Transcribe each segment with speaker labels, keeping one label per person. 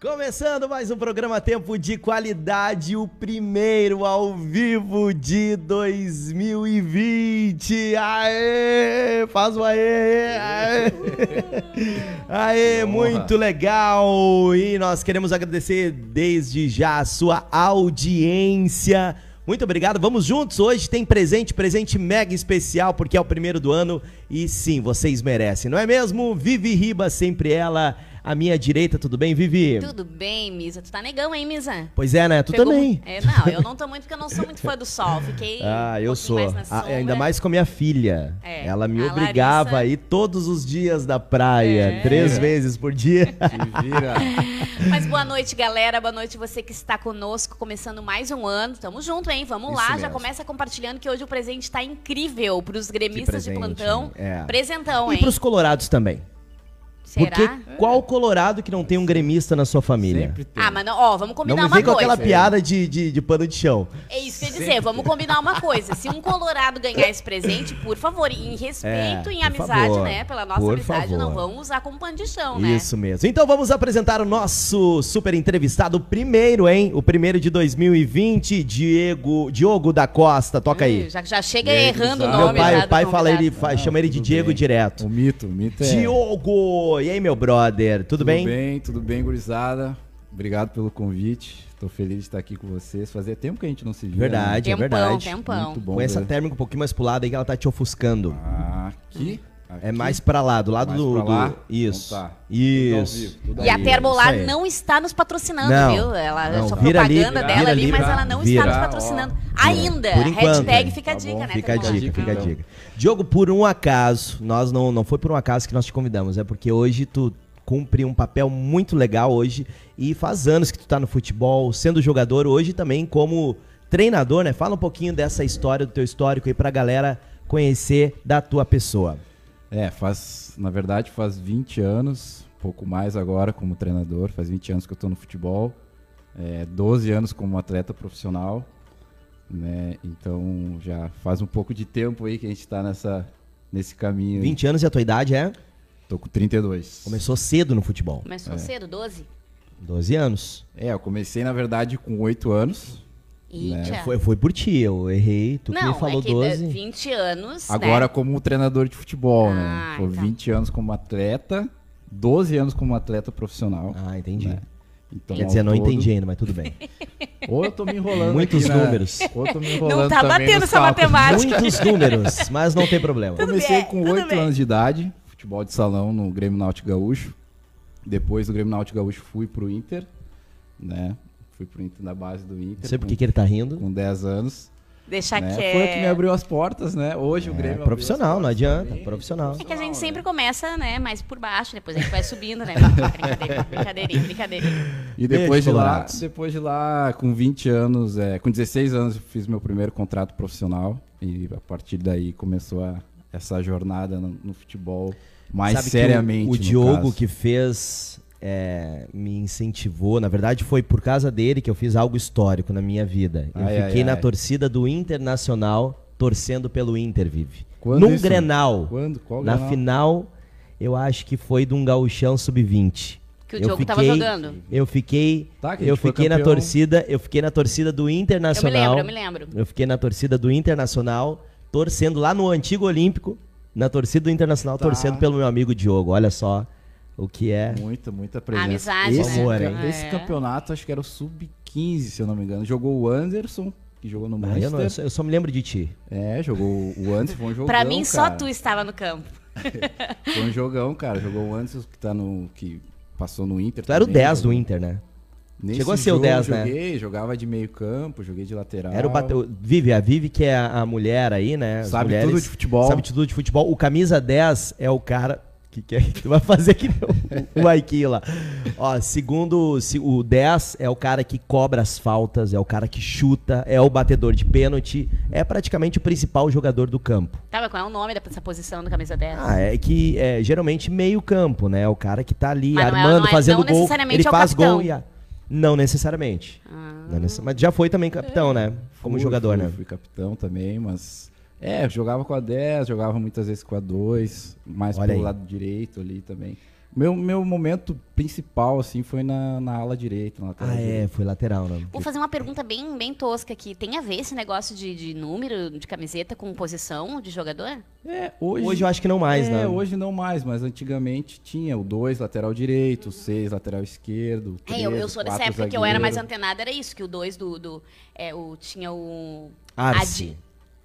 Speaker 1: Começando mais um programa Tempo de Qualidade, o primeiro ao vivo de 2020. Aê! Faz o aê! Aê! Aê, muito legal! E nós queremos agradecer desde já a sua audiência. Muito obrigado, vamos juntos. Hoje tem presente, presente mega especial, porque é o primeiro do ano e sim, vocês merecem, não é mesmo? Vivi Riba, sempre ela, à minha direita, tudo bem, Vivi?
Speaker 2: Tudo bem, Misa? Tu tá negão, hein, Misa?
Speaker 1: Pois é, né? Tu
Speaker 2: Pegou
Speaker 1: também.
Speaker 2: mu- É, não, eu não tô muito porque eu não sou muito fã do sol. Fiquei.
Speaker 1: Ah,
Speaker 2: um
Speaker 1: eu
Speaker 2: pouquinho
Speaker 1: sou.
Speaker 2: Mais na
Speaker 1: Ah,
Speaker 2: sombra.
Speaker 1: ainda mais com a minha filha.
Speaker 2: É,
Speaker 1: Ela me
Speaker 2: a
Speaker 1: obrigava
Speaker 2: Larissa-
Speaker 1: a ir todos os dias da praia,
Speaker 2: É.
Speaker 1: três
Speaker 2: É.
Speaker 1: vezes por dia.
Speaker 3: Se vira.
Speaker 2: Mas boa noite, galera. Boa noite você que está conosco, começando mais um ano. Tamo junto, hein? Vamos
Speaker 3: Isso
Speaker 2: lá, já
Speaker 3: mesmo.
Speaker 2: começa compartilhando que hoje o presente tá incrível pros gremistas de
Speaker 1: presente,
Speaker 2: plantão.
Speaker 1: é.
Speaker 2: Presentão,
Speaker 1: e
Speaker 2: hein?
Speaker 1: pros colorados também.
Speaker 2: Será?
Speaker 1: Porque qual colorado que não tem um gremista na sua família?
Speaker 3: Sempre tem.
Speaker 2: Ah, mas não, ó, vamos
Speaker 1: Não
Speaker 2: combinar
Speaker 1: me
Speaker 2: uma
Speaker 1: vem com
Speaker 2: coisa.
Speaker 1: aquela piada de, de, de pano de chão.
Speaker 2: É isso que eu ia dizer, vamos combinar uma coisa. Se um colorado ganhar esse presente, por favor, em respeito,
Speaker 1: É,
Speaker 2: em
Speaker 1: por
Speaker 2: amizade,
Speaker 1: favor,
Speaker 2: né? Pela nossa
Speaker 1: por
Speaker 2: amizade,
Speaker 1: favor.
Speaker 2: não vamos usar como pano de chão, né?
Speaker 1: Isso mesmo. Então vamos apresentar o nosso super entrevistado o primeiro, hein? O primeiro de 2020, Diego, Diogo da Costa. Toca aí.
Speaker 2: Hum, Já, já chega
Speaker 3: E aí,
Speaker 2: errando o
Speaker 3: gurizada?
Speaker 2: nome.
Speaker 1: Meu pai,
Speaker 2: já
Speaker 1: o
Speaker 2: do
Speaker 1: pai fala ele,
Speaker 2: convidado.
Speaker 1: fa-
Speaker 3: Não,
Speaker 1: chama ele de
Speaker 3: tudo
Speaker 1: Diego
Speaker 3: bem.
Speaker 1: direto.
Speaker 3: O mito, o mito é.
Speaker 1: Diogo! E aí, meu brother? Tudo,
Speaker 3: tudo
Speaker 1: bem?
Speaker 3: bem? tudo bem, gurizada. Obrigado pelo convite. Tô feliz de estar aqui com vocês. Fazia tempo que a gente não se via.
Speaker 1: Verdade, é
Speaker 2: Tempão,
Speaker 1: verdade.
Speaker 2: tempão.
Speaker 3: Né? Muito bom.
Speaker 1: Com essa
Speaker 3: ver.
Speaker 1: térmica um pouquinho mais pro lado aí que ela tá te ofuscando.
Speaker 3: Ah, aqui.
Speaker 1: é
Speaker 3: aqui.
Speaker 1: mais pra lá, do lado
Speaker 3: Mais
Speaker 1: do,
Speaker 3: pra
Speaker 1: do-
Speaker 3: lá?
Speaker 1: Isso.
Speaker 3: Então tá.
Speaker 1: Isso.
Speaker 3: Tudo ao vivo, tudo ao
Speaker 2: E a
Speaker 3: Isso
Speaker 2: Termolar
Speaker 1: aí.
Speaker 2: não está nos patrocinando,
Speaker 1: Não,
Speaker 2: viu? Ela
Speaker 1: não,
Speaker 2: só
Speaker 1: vira ali,
Speaker 2: propaganda
Speaker 3: vira
Speaker 2: dela ali,
Speaker 3: ali,
Speaker 2: mas
Speaker 3: vira,
Speaker 2: ela não
Speaker 1: vira. Hum.
Speaker 2: está nos patrocinando
Speaker 3: Ó,
Speaker 2: ainda.
Speaker 1: por enquanto,
Speaker 2: Hashtag
Speaker 1: é.
Speaker 2: fica a
Speaker 3: Tá
Speaker 2: dica,
Speaker 3: bom,
Speaker 2: né,
Speaker 1: Fica a
Speaker 2: Termolar?
Speaker 1: dica, fica a
Speaker 3: Então.
Speaker 1: dica. Diogo, por um acaso, nós não, não foi por um acaso que nós te convidamos, é porque hoje tu cumpre um papel muito legal hoje e faz anos que tu tá no futebol, sendo jogador hoje também como treinador, né? Fala um pouquinho dessa história, do teu histórico aí pra galera conhecer da tua pessoa.
Speaker 3: É, faz, na verdade, faz 20 anos, pouco mais agora como treinador, faz 20 anos que eu tô no futebol, é, 12 anos como atleta profissional, né? Então já faz um pouco de tempo aí que a gente tá nessa, nesse caminho.
Speaker 1: 20 anos e a tua idade é?
Speaker 3: Tô com 32.
Speaker 1: Começou cedo no futebol.
Speaker 2: Começou cedo,
Speaker 1: Né,
Speaker 2: 12?
Speaker 1: 12 anos.
Speaker 3: É, eu comecei na verdade com 8 anos.
Speaker 2: Eita.
Speaker 1: Foi, foi por ti, eu errei. Tu que
Speaker 2: É. não,
Speaker 1: me falou
Speaker 2: é que
Speaker 1: 12.
Speaker 2: eh, 20 anos,
Speaker 3: Agora
Speaker 2: né?
Speaker 3: como treinador de futebol,
Speaker 2: Ah,
Speaker 3: né? Tô
Speaker 2: tá.
Speaker 3: 20 anos como atleta, 12 anos como atleta profissional.
Speaker 1: Ah, entendi.
Speaker 3: Né? Então,
Speaker 1: Quer
Speaker 3: ao
Speaker 1: dizer, não
Speaker 3: todo-
Speaker 1: entendi ainda, mas tudo bem.
Speaker 3: Ou eu tô me enrolando
Speaker 1: Muitos
Speaker 3: aqui, né?
Speaker 1: números.
Speaker 3: Ou eu tô me enrolando
Speaker 2: Não tá
Speaker 3: também
Speaker 2: batendo
Speaker 3: nos
Speaker 2: essa
Speaker 3: cálculos.
Speaker 2: matemática.
Speaker 1: Muitos números, mas não tem problema.
Speaker 3: Comecei
Speaker 2: bem,
Speaker 3: com
Speaker 2: tudo
Speaker 3: 8
Speaker 2: bem.
Speaker 3: anos de idade, futebol de salão no Grêmio Náutico Gaúcho. Depois do Grêmio Náutico Gaúcho fui pro Inter, né? Fui pro Inter na base do Inter.
Speaker 1: Não sei por
Speaker 3: com,
Speaker 1: que que ele tá rindo.
Speaker 3: com 10 anos.
Speaker 2: Deixar
Speaker 3: né?
Speaker 2: que
Speaker 3: Foi o que me
Speaker 2: é...
Speaker 3: abriu as portas, né? Hoje o
Speaker 1: É
Speaker 3: Grêmio.
Speaker 1: profissional, não
Speaker 3: abriu as
Speaker 1: adianta. Profissional.
Speaker 2: É que a gente sempre começa, né, mais por baixo, depois a gente vai subindo, né? Brincadeira, brincadeirinha, brincadeirinha.
Speaker 3: portas. E depois
Speaker 1: Beijo,
Speaker 3: de lá,
Speaker 1: Colorados.
Speaker 3: depois de lá, com 20 anos, é, com 16 anos, eu fiz meu primeiro contrato profissional. E a partir daí começou a- essa jornada no, no futebol mais
Speaker 1: Sabe que o-
Speaker 3: seriamente.
Speaker 1: o,
Speaker 3: no
Speaker 1: Diogo
Speaker 3: caso.
Speaker 1: que fez é, me incentivou. Na verdade, foi por causa dele que eu fiz algo histórico na minha vida. Eu
Speaker 3: Ai, ai,
Speaker 1: fiquei na
Speaker 3: ai.
Speaker 1: torcida do Internacional, torcendo pelo Inter, vive.
Speaker 3: Quando
Speaker 1: Num
Speaker 3: isso?
Speaker 1: Grenal.
Speaker 3: Quando? Qual é
Speaker 1: na
Speaker 3: Grenal?
Speaker 1: final, eu acho que foi de um gauchão sub-20.
Speaker 2: Que o
Speaker 1: Eu
Speaker 2: Diogo tava
Speaker 1: fiquei-
Speaker 2: jogando.
Speaker 1: Eu fiquei,
Speaker 3: Tá, que a gente
Speaker 1: eu
Speaker 3: foi
Speaker 1: fiquei na
Speaker 3: campeão.
Speaker 1: torcida, eu fiquei na torcida do
Speaker 2: Eu me
Speaker 1: Internacional.
Speaker 2: lembro, eu me lembro.
Speaker 1: Eu fiquei na torcida do Internacional, torcendo lá no antigo Olímpico, na torcida do Internacional,
Speaker 3: Tá.
Speaker 1: torcendo pelo meu amigo Diogo. Olha só o que é.
Speaker 3: Muita, muita presença.
Speaker 2: Amizade,
Speaker 3: esse,
Speaker 1: né? Amor,
Speaker 3: ca-
Speaker 2: hein?
Speaker 3: esse
Speaker 2: É.
Speaker 3: campeonato acho que era o Sub-15, se eu não me engano. Jogou o Anderson, que jogou no
Speaker 1: Ah, eu, não- eu
Speaker 3: Manchester.
Speaker 1: só, eu só me lembro de ti.
Speaker 3: É, jogou o Anderson, foi um jogão,
Speaker 2: Pra mim, só
Speaker 3: cara.
Speaker 2: tu estava no campo.
Speaker 3: Foi um jogão, cara. Jogou o Anderson, que, tá no, que passou no Inter.
Speaker 1: Tu era o
Speaker 3: também,
Speaker 1: 10 do
Speaker 3: jogou.
Speaker 1: Inter, né?
Speaker 3: Nesse
Speaker 1: Chegou a ser o
Speaker 3: jogo
Speaker 1: 10, né?
Speaker 3: joguei, jogava de meio campo, joguei de lateral.
Speaker 1: Era o bate- o- Vivi, a Vivi que é a, a mulher aí, né? As
Speaker 3: Sabe
Speaker 1: mulheres-
Speaker 3: tudo de futebol.
Speaker 1: Sabe tudo de futebol. O camisa 10 é o cara que quer que tu vai fazer que nem o- o Aikin lá. Ó, segundo se- o 10 é o cara que cobra as faltas, é o cara que chuta, é o batedor de pênalti, é praticamente o principal jogador do campo.
Speaker 2: Tá, mas qual é o nome dessa posição do camisa 10?
Speaker 1: Ah, é que é geralmente meio campo, né? É o cara que tá ali
Speaker 2: Mas não é-
Speaker 1: armando,
Speaker 2: não é-
Speaker 1: fazendo
Speaker 2: não
Speaker 1: gol,
Speaker 2: necessariamente
Speaker 1: ele
Speaker 2: é o
Speaker 1: faz
Speaker 2: capitão. Ah.
Speaker 1: gol e a... não necessariamente. Não necess- Mas já foi também capitão, né? Como
Speaker 3: Fui,
Speaker 1: jogador,
Speaker 3: fui,
Speaker 1: né?
Speaker 3: Fui capitão também, mas... É, jogava com a 10, jogava muitas vezes com a 2, mais
Speaker 1: Olha
Speaker 3: pelo
Speaker 1: aí.
Speaker 3: lado direito ali também. Meu, meu momento principal, assim, foi na, na ala direita, na lateral
Speaker 1: Ah, é,
Speaker 3: direita.
Speaker 1: foi lateral, né?
Speaker 2: Vou fazer uma pergunta bem, bem tosca aqui. Tem a ver esse negócio de, de número de camiseta com posição de jogador?
Speaker 3: É, hoje,
Speaker 1: Hoje, eu acho que não mais,
Speaker 3: é,
Speaker 1: né?
Speaker 3: hoje não mais, mas antigamente tinha o 2 lateral direito, o 6 lateral esquerdo, o
Speaker 2: É,
Speaker 3: três,
Speaker 2: eu, eu
Speaker 3: o
Speaker 2: sou dessa
Speaker 3: quatro,
Speaker 2: época que eu era mais
Speaker 3: zagueiro.
Speaker 2: antenada, era isso, que o 2 do. do é, o, tinha o.
Speaker 1: Arce.
Speaker 2: Adi-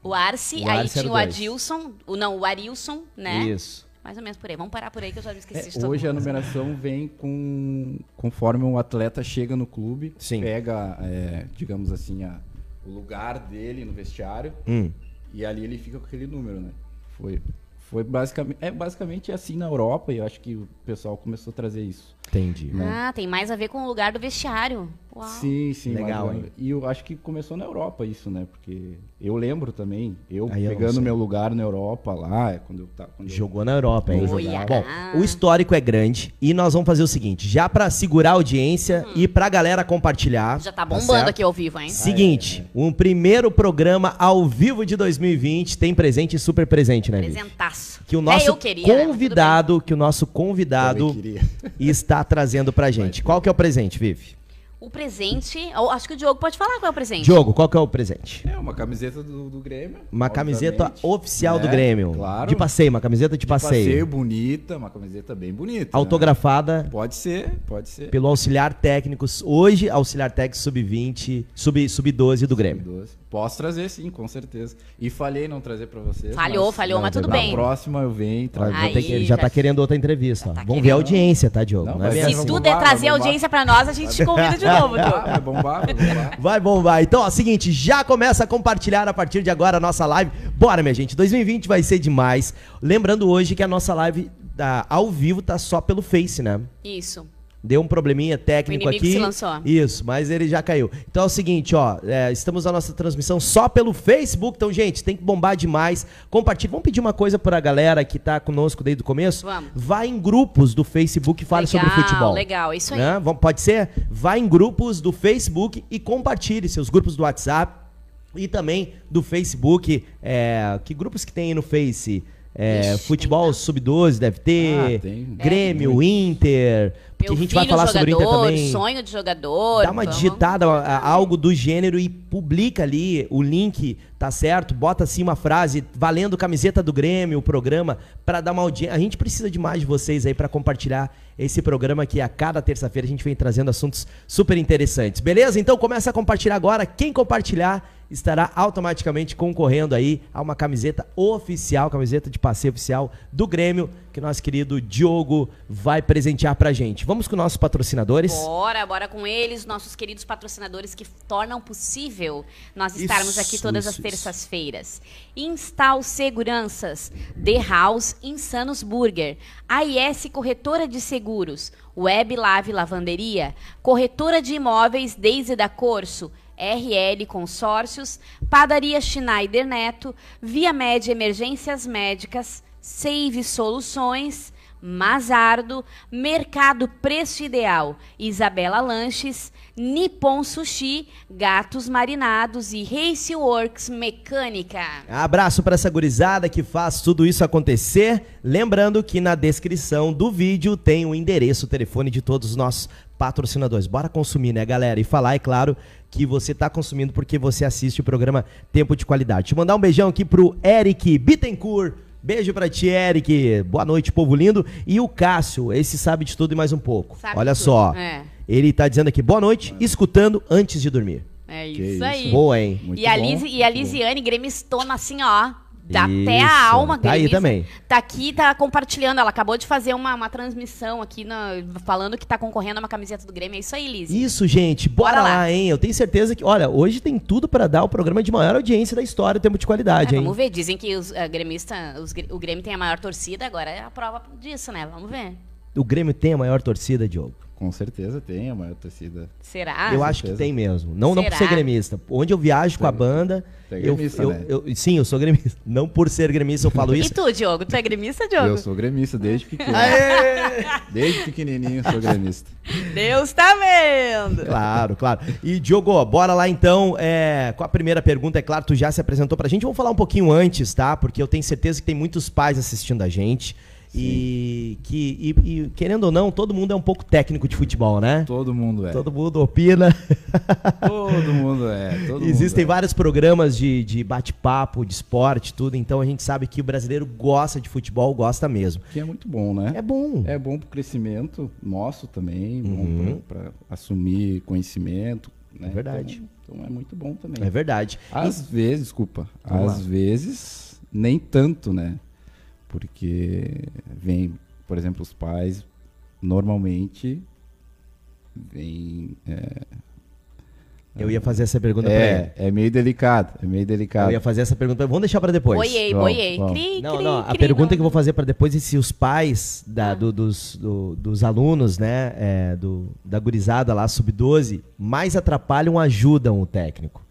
Speaker 2: O Arce,
Speaker 3: O
Speaker 2: aí
Speaker 3: Arce era
Speaker 2: tinha
Speaker 3: o
Speaker 2: o
Speaker 3: dez.
Speaker 2: Adilson, o, não, o Arilson, né?
Speaker 1: Isso.
Speaker 2: Mais ou menos por aí. Vamos parar por aí que eu já me esqueci
Speaker 3: É,
Speaker 2: de todo
Speaker 3: hoje a
Speaker 2: mundo.
Speaker 3: numeração vem com conforme um atleta chega no clube,
Speaker 1: Sim.
Speaker 3: pega, é, digamos assim, a- o lugar dele no vestiário
Speaker 1: Hum.
Speaker 3: e ali ele fica com aquele número, né? Foi, foi basicamente, é basicamente assim na Europa e eu acho que o pessoal começou a trazer isso.
Speaker 1: Entendi.
Speaker 2: Ah, tem mais a ver com o lugar do vestiário. Uau.
Speaker 3: Sim, sim.
Speaker 1: Legal,
Speaker 3: mas,
Speaker 1: hein?
Speaker 3: E eu acho que começou na Europa isso, né? Porque eu lembro também, eu
Speaker 1: Aí eu não
Speaker 3: pegando
Speaker 1: sei.
Speaker 3: meu lugar na Europa lá, é quando eu tava. Quando eu-
Speaker 1: Jogou na Europa, hein?
Speaker 2: Olha.
Speaker 1: Bom, o histórico é grande e nós vamos fazer o seguinte, já pra segurar a audiência e pra galera compartilhar.
Speaker 2: Hum. Já tá
Speaker 1: certo?
Speaker 2: bombando aqui ao vivo, hein?
Speaker 1: Seguinte, um primeiro programa ao vivo de 2020 tem presente e super presente, né, Vivi?
Speaker 2: Presentaço.
Speaker 1: Que o
Speaker 2: É,
Speaker 1: nosso
Speaker 2: eu queria, né? Mas tudo
Speaker 1: convidado, que o nosso
Speaker 3: também
Speaker 1: convidado
Speaker 3: queria.
Speaker 1: está trazendo pra gente. Qual que é o presente, Vivi?
Speaker 2: bem. O presente. eu acho que o Diogo pode falar qual é o presente.
Speaker 1: Diogo, qual que é o presente?
Speaker 3: É, uma camiseta do, do Grêmio.
Speaker 1: Uma camiseta
Speaker 3: obviamente,
Speaker 1: oficial do
Speaker 3: né?
Speaker 1: Grêmio.
Speaker 3: Claro.
Speaker 1: De passeio, uma camiseta de, passeio.
Speaker 3: bonita, uma camiseta bem bonita.
Speaker 1: Autografada
Speaker 3: né? Pode ser, pode ser.
Speaker 1: pelo auxiliar técnico, hoje auxiliar técnico sub-20, sub- sub-12 do Grêmio.
Speaker 3: Doce. Posso trazer sim, com certeza. E falhei não trazer pra vocês.
Speaker 2: Falhou, falhou,
Speaker 1: não,
Speaker 2: mas tudo
Speaker 1: vai dar
Speaker 3: Na
Speaker 2: bem.
Speaker 3: próxima eu venho e
Speaker 1: Ó,
Speaker 3: trago.
Speaker 1: vou ter
Speaker 2: Aí,
Speaker 1: que- ele já
Speaker 2: já-
Speaker 1: tá querendo outra entrevista. ó.
Speaker 2: tá
Speaker 1: Vamos ver a
Speaker 2: querendo.
Speaker 1: audiência, tá, Diogo?
Speaker 3: Não,
Speaker 1: Não é
Speaker 3: vai
Speaker 1: mesmo?
Speaker 3: ser
Speaker 2: Se
Speaker 3: Vamos
Speaker 2: tudo
Speaker 3: bombar,
Speaker 2: é trazer
Speaker 3: vamos
Speaker 2: audiência pra nós, a gente te convida de novo, Diogo.
Speaker 3: Ah, Vai bombar, vai bombar.
Speaker 1: Vai bombar. Então, ó, seguinte, já começa a compartilhar a partir de agora a nossa live. Bora, minha gente. 2020 vai ser demais. Lembrando hoje que a nossa live ah, ao vivo tá só pelo Face, né?
Speaker 2: Isso.
Speaker 1: Deu um probleminha técnico
Speaker 2: O inimigo
Speaker 1: aqui.
Speaker 2: se lançou.
Speaker 1: Isso, mas ele já caiu. Então é o seguinte, ó, é, estamos na nossa transmissão só pelo Facebook, então gente, tem que bombar demais. Compartilhe. Vamos pedir uma coisa pra galera que tá conosco desde o começo?
Speaker 2: Vamos.
Speaker 1: Vai em grupos do Facebook e fale
Speaker 2: legal,
Speaker 1: sobre futebol.
Speaker 2: Legal, isso aí.
Speaker 1: Né? Vamos- Pode ser? Vá em grupos do Facebook e compartilhe seus grupos do WhatsApp e também do Facebook. É, que grupos que tem aí no Face? É,
Speaker 2: Ixi,
Speaker 1: futebol
Speaker 2: tem É.
Speaker 1: Sub-12 deve ter.
Speaker 3: Ah, tem.
Speaker 1: Grêmio, Inter. Porque
Speaker 2: Meu
Speaker 1: a gente
Speaker 2: filho é
Speaker 1: vai falar sobre o Inter
Speaker 2: jogador,
Speaker 1: também.
Speaker 2: sonho de jogador.
Speaker 1: Dá uma
Speaker 2: vamos.
Speaker 1: digitada, a- a- algo do gênero e publica ali o link, tá certo? Bota assim uma frase, valendo camiseta do Grêmio, o programa, pra dar uma audiência. A gente precisa de mais de vocês aí pra compartilhar esse programa que a cada terça-feira a gente vem trazendo assuntos super interessantes. Beleza? Então começa a compartilhar agora. Quem compartilhar estará automaticamente concorrendo aí a uma camiseta oficial, camiseta de passeio oficial do Grêmio, que nosso querido Diogo vai presentear pra gente. Vamos com nossos patrocinadores?
Speaker 2: Bora, bora com eles, nossos queridos patrocinadores que tornam possível nós
Speaker 1: Isso,
Speaker 2: estarmos aqui todas
Speaker 1: isso,
Speaker 2: as
Speaker 1: isso.
Speaker 2: terças-feiras. Instal Seguranças, The House Insanos Burger, AIS Corretora de Seguros, Web Lave Lavanderia, Corretora de Imóveis Deise da Corso, RL Consórcios, Padaria Schneider Neto, Via Média Emergências Médicas, Save Soluções, Mazardo, Mercado Preço Ideal, Isabela Lanches, Nippon Sushi, Gatos Marinados e Race Works Mecânica.
Speaker 1: Abraço pra essa gurizada que faz tudo isso acontecer. Lembrando que na descrição do vídeo tem o endereço, o telefone de todos os nossos patrocinadores. Bora consumir, né, galera? E falar, é claro, que você tá consumindo porque você assiste o programa Tempo de Qualidade. Te mandar um beijão aqui pro Eric Bittencourt. Beijo pra ti, Eric. Boa noite, povo lindo. E o Cássio, esse sabe de tudo e mais um pouco.
Speaker 2: Sabe
Speaker 1: Olha
Speaker 2: tudo.
Speaker 1: só.
Speaker 2: É,
Speaker 1: Ele tá dizendo aqui, boa noite, escutando antes de dormir.
Speaker 2: é
Speaker 3: Que
Speaker 2: isso
Speaker 3: isso.
Speaker 2: aí.
Speaker 1: Boa, hein?
Speaker 3: Muito
Speaker 2: e, a
Speaker 3: bom,
Speaker 2: Lisi- e a
Speaker 3: muito bom.
Speaker 2: Lisiane gremistona assim, ó. Dá até
Speaker 1: Isso,
Speaker 2: a alma
Speaker 1: tá aí
Speaker 2: gremista.
Speaker 1: também.
Speaker 2: Tá aqui, tá compartilhando. Ela acabou de fazer uma, uma transmissão aqui na- falando que tá concorrendo a uma camiseta do Grêmio. É isso aí, Liz.
Speaker 1: Isso, gente, bora,
Speaker 2: Bora
Speaker 1: lá.
Speaker 2: lá.
Speaker 1: hein? Eu tenho certeza que, olha, hoje tem tudo pra dar o programa de maior audiência da história, o tempo de qualidade,
Speaker 2: É,
Speaker 1: hein?
Speaker 2: vamos ver, dizem que os eh, gremistas, os gre- o Grêmio tem a maior torcida, agora é a prova disso, né? Vamos ver.
Speaker 1: O Grêmio tem a maior torcida, Diogo.
Speaker 3: Com certeza tem a maior torcida.
Speaker 2: Será?
Speaker 1: eu
Speaker 3: com
Speaker 1: acho que
Speaker 3: certeza.
Speaker 1: tem mesmo. Não, não por ser
Speaker 2: Ah, Será?
Speaker 1: gremista. Onde eu viajo com a banda,
Speaker 3: tu é
Speaker 1: eu,
Speaker 3: gremista,
Speaker 1: eu-
Speaker 3: né?
Speaker 1: eu- sim, eu sou gremista. Não por ser gremista eu falo
Speaker 2: E
Speaker 1: isso.
Speaker 2: tu, Diogo? Tu é gremista,
Speaker 3: Eu
Speaker 2: Diogo?
Speaker 3: sou gremista desde pequeno.
Speaker 1: Aê!
Speaker 3: Desde pequenininho eu sou gremista.
Speaker 2: Deus tá vendo!
Speaker 1: Claro, claro. E Diogo, bora lá então. É, com a primeira pergunta, é claro, tu já se apresentou pra gente. Vamos falar um pouquinho antes, tá? Porque eu tenho certeza que tem muitos pais assistindo a gente. E, que, e- e, querendo ou não, todo mundo é um pouco técnico de futebol, né?
Speaker 3: Todo mundo é.
Speaker 1: Todo mundo opina.
Speaker 3: Todo mundo é. Todo
Speaker 1: Existem
Speaker 3: mundo
Speaker 1: vários programas de, de bate-papo, de esporte, tudo. Então a gente sabe que o brasileiro gosta de futebol, gosta mesmo.
Speaker 3: é. Que é muito bom, né?
Speaker 1: É bom.
Speaker 3: É bom pro crescimento nosso também, é
Speaker 1: Uhum.
Speaker 3: bom pra, pra assumir conhecimento. Né?
Speaker 1: É verdade.
Speaker 3: Então, então é muito bom também.
Speaker 1: É verdade.
Speaker 3: Às vezes, desculpa,
Speaker 1: Vamos
Speaker 3: às
Speaker 1: lá.
Speaker 3: vezes nem tanto, né? Porque vem, por exemplo, os pais normalmente vêm.
Speaker 1: Eu ia fazer essa pergunta pra ele.
Speaker 3: É, é meio delicado, é meio
Speaker 1: Eu
Speaker 3: delicado.
Speaker 1: ia fazer essa pergunta. pra- Vamos deixar pra depois.
Speaker 2: Boiei,
Speaker 3: Vamos,
Speaker 2: boiei.
Speaker 3: vamos.
Speaker 2: Cri,
Speaker 1: Não,
Speaker 2: cri,
Speaker 1: não. A
Speaker 2: cri,
Speaker 1: pergunta
Speaker 2: não. Ah.
Speaker 1: que eu vou fazer pra depois é se os pais da- do- dos, do- dos alunos, né, é, do, da gurizada lá, sub-12, mais atrapalham ou ajudam o técnico?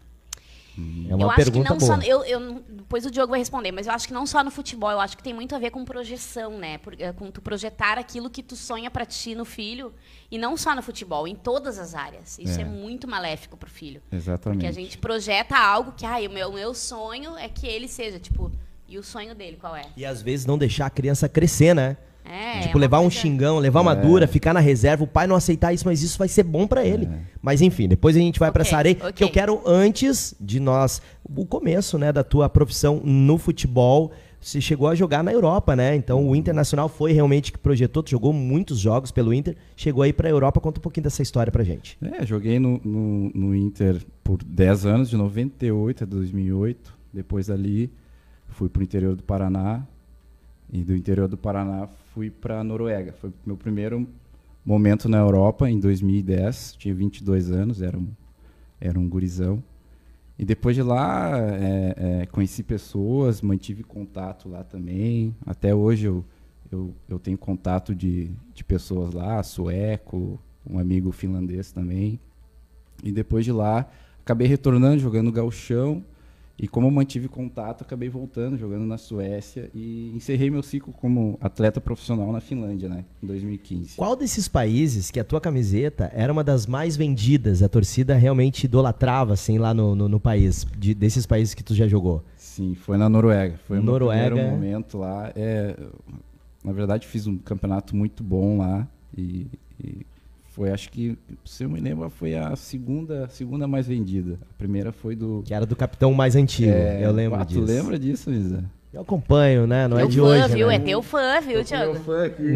Speaker 3: Hum.
Speaker 1: É uma
Speaker 2: eu acho que
Speaker 1: pergunta
Speaker 2: não
Speaker 1: boa.
Speaker 2: só. Eu, eu não- depois o Diogo vai responder, mas eu acho que não só no futebol, eu acho que tem muito a ver com projeção, né? Por- eh, com tu projetar aquilo que tu sonha pra ti no filho. E não só no futebol, em todas as áreas. Isso é,
Speaker 3: É.
Speaker 2: muito maléfico pro filho.
Speaker 3: Exatamente.
Speaker 2: Porque a gente projeta algo que, ai, o meu, o meu sonho é que ele seja, tipo, e o sonho dele qual é?
Speaker 1: E às vezes não deixar a criança crescer, né?
Speaker 2: É. é
Speaker 1: tipo,
Speaker 2: uma
Speaker 1: levar um
Speaker 2: coisa-
Speaker 1: xingão, levar uma dura, ficar na reserva, o pai não aceitar isso, mas isso vai ser bom pra ele. Mas enfim, depois a gente vai pra
Speaker 2: Ok,
Speaker 1: essa areia,
Speaker 2: ok.
Speaker 1: que eu quero antes de nós, o começo, né, da tua profissão no futebol, você chegou a jogar na Europa, né? Então o Internacional foi realmente que projetou, tu jogou muitos jogos pelo Inter, chegou aí pra Europa, conta um pouquinho dessa história pra gente.
Speaker 3: É, joguei no, no, no Inter por 10 anos, de 98 a 2008. Depois dali, fui pro interior do Paraná. E do interior do Paraná, fui pra Noruega. Foi meu primeiro momento na Europa, em 2010. Tinha 22 anos, era um, era um gurizão. E depois de lá, é, é, conheci pessoas, mantive contato lá também. Até hoje eu, eu, eu tenho contato de, de pessoas lá, sueco, um amigo finlandês também. E depois de lá, acabei retornando, jogando gauchão. E como eu mantive contato, acabei voltando, jogando na Suécia. E encerrei meu ciclo como atleta profissional na Finlândia, né? Em 2015.
Speaker 1: Qual desses países que a tua camiseta era uma das mais vendidas, a torcida realmente idolatrava, assim, lá no, no, no país, de- desses países que tu já jogou?
Speaker 3: Sim, foi na Noruega. Foi
Speaker 1: Noruega.
Speaker 3: o meu primeiro momento lá. É, na verdade, fiz um campeonato muito bom lá. E, e foi, acho que, se eu me lembro, foi a segunda, segunda mais vendida. A primeira foi do.
Speaker 1: Que era do capitão mais antigo,
Speaker 3: É,
Speaker 1: eu lembro
Speaker 3: ah,
Speaker 1: disso.
Speaker 3: Tu lembra disso, Isa?
Speaker 1: Eu acompanho, né? Não é
Speaker 2: Teu
Speaker 1: de
Speaker 2: fã,
Speaker 1: hoje.
Speaker 2: viu?
Speaker 1: né?
Speaker 2: É teu fã, viu, Diogo?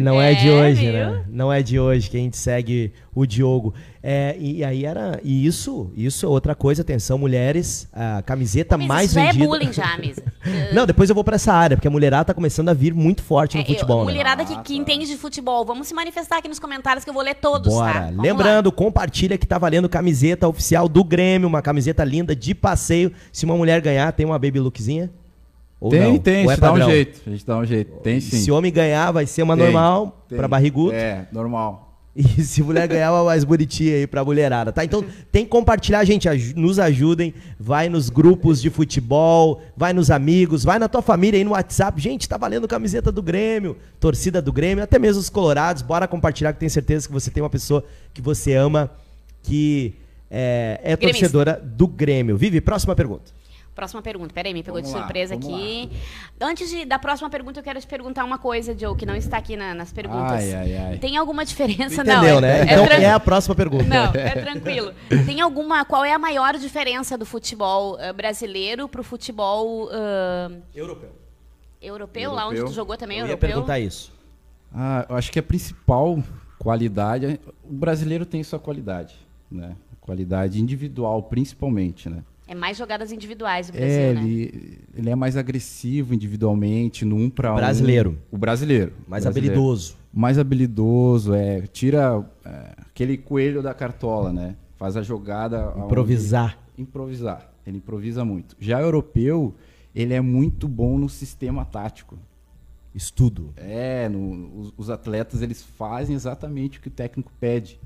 Speaker 1: Não é de
Speaker 2: É,
Speaker 1: hoje,
Speaker 2: viu?
Speaker 1: né? Não é de hoje que a gente segue o Diogo. É, e e aí era. E isso, isso é outra coisa, atenção, mulheres, a
Speaker 3: Tá
Speaker 1: camiseta
Speaker 2: Mas
Speaker 1: mais
Speaker 2: isso já
Speaker 1: vendida.
Speaker 2: é bullying já, Misa.
Speaker 1: Não, depois eu vou pra essa área, porque a mulherada tá começando a vir muito forte no
Speaker 2: É, eu-
Speaker 1: futebol, né?
Speaker 2: Mulherada
Speaker 3: Ah,
Speaker 2: que,
Speaker 3: tá.
Speaker 2: que entende de futebol, vamos se manifestar aqui nos comentários que eu vou ler todos, tá?
Speaker 1: Bora.
Speaker 2: Vamos lá.
Speaker 1: Lembrando, compartilha que tá valendo camiseta oficial do Grêmio, uma camiseta linda de passeio. Se uma mulher ganhar, tem uma baby lookzinha? Ou
Speaker 3: tem,
Speaker 1: não?
Speaker 3: tem,
Speaker 1: Ou
Speaker 3: a
Speaker 1: é
Speaker 3: gente dá um
Speaker 1: padrão?
Speaker 3: jeito. A gente dá um jeito. Tem sim.
Speaker 1: Se homem ganhar, vai ser uma
Speaker 3: Tem,
Speaker 1: normal
Speaker 3: tem.
Speaker 1: pra barrigudo.
Speaker 3: É, normal.
Speaker 1: E se mulher ganhar, uma mais bonitinha aí pra mulherada, tá? Então tem que compartilhar, gente. aju- Nos ajudem. Vai nos grupos de futebol, vai nos amigos, vai na tua família aí no WhatsApp. Gente, tá valendo camiseta do Grêmio, torcida do Grêmio, até mesmo os colorados. Bora compartilhar, que tenho certeza que você tem uma pessoa que você ama, que é, é
Speaker 2: Gremista.
Speaker 1: torcedora do Grêmio. Vive, próxima pergunta.
Speaker 2: Próxima pergunta. Peraí, me pegou
Speaker 3: Vamos
Speaker 2: de
Speaker 3: lá,
Speaker 2: surpresa
Speaker 3: vamos
Speaker 2: aqui. Antes de- da próxima pergunta, eu quero te perguntar uma coisa, Joe, que não está aqui na- nas perguntas.
Speaker 3: Ai, ai, ai.
Speaker 2: Tem alguma diferença?
Speaker 1: Entendeu,
Speaker 2: não,
Speaker 1: né?
Speaker 2: É,
Speaker 1: então
Speaker 2: tran-
Speaker 1: é a próxima pergunta.
Speaker 2: Não, é tranquilo. Tem alguma. Qual é a maior diferença do futebol eh, brasileiro pro futebol ah,
Speaker 1: Europeu.
Speaker 2: europeu, lá onde
Speaker 3: Europeu.
Speaker 2: tu jogou também?
Speaker 1: Eu ia
Speaker 2: europeu?
Speaker 1: perguntar isso.
Speaker 3: Ah, eu acho que a principal qualidade, é- o brasileiro tem sua qualidade, né? Qualidade individual, principalmente, né?
Speaker 2: É mais jogadas individuais do Brasil,
Speaker 3: É,
Speaker 2: né?
Speaker 3: ele, ele é mais agressivo individualmente, no um para um.
Speaker 1: Brasileiro.
Speaker 3: O brasileiro.
Speaker 1: Mais
Speaker 3: brasileiro.
Speaker 1: habilidoso.
Speaker 3: Mais habilidoso, é. Tira é, aquele coelho da cartola, né? Faz a jogada. aonde-
Speaker 1: Improvisar.
Speaker 3: improvisar. Ele improvisa muito. Já o europeu, ele é muito bom no sistema tático.
Speaker 1: Estudo.
Speaker 3: É, no- os, os atletas eles fazem exatamente o que o técnico pede.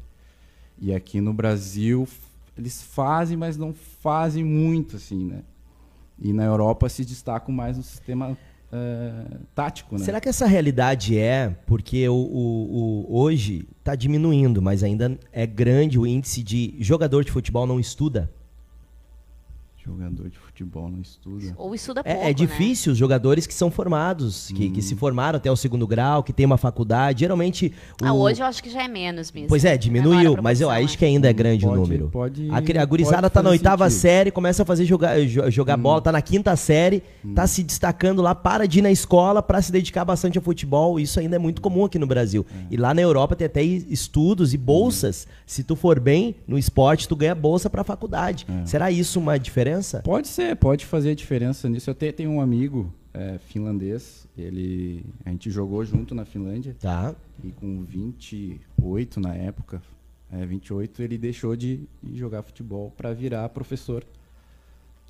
Speaker 3: E aqui no Brasil f- eles fazem, mas não fazem muito assim, né? E na Europa se destacam mais no sistema eh, tático, né?
Speaker 1: Será que essa realidade é porque o, o- o- hoje está diminuindo, mas ainda é grande o índice de jogador de futebol não estuda?
Speaker 3: Jogador de futebol não estuda.
Speaker 2: Ou estuda pouco, né?
Speaker 1: É, é difícil os jogadores que são formados, que, que se
Speaker 3: Hum.
Speaker 1: formaram até o segundo grau, que tem uma faculdade. Geralmente. o-
Speaker 2: Né? Ah, hoje eu acho que já é menos mesmo.
Speaker 1: Pois é,
Speaker 2: Agora a
Speaker 1: diminuiu,
Speaker 2: proporção,
Speaker 1: mas eu
Speaker 2: né?
Speaker 1: acho que ainda é grande o
Speaker 3: Pode-
Speaker 1: número.
Speaker 3: pode-
Speaker 1: a, cri- a gurizada
Speaker 3: pode
Speaker 1: tá na
Speaker 3: fazer
Speaker 1: oitava
Speaker 3: sentido. Hum.
Speaker 1: série, começa a fazer jogar, jo- jogar bola, tá na quinta série, tá se destacando lá, para de ir na escola para se dedicar bastante ao futebol. Isso ainda é muito comum aqui no Brasil.
Speaker 3: Hum.
Speaker 1: E lá na Europa tem até i- estudos e bolsas. Se tu for bem no esporte, tu ganha bolsa pra faculdade.
Speaker 3: Hum.
Speaker 1: Será isso uma diferença?
Speaker 3: Pode ser, pode fazer a diferença nisso. Eu te- tenho um amigo é, finlandês, ele a gente jogou junto na Finlândia
Speaker 1: Tá.
Speaker 3: e com 28 na época, é, 28, ele deixou de de jogar futebol para virar professor.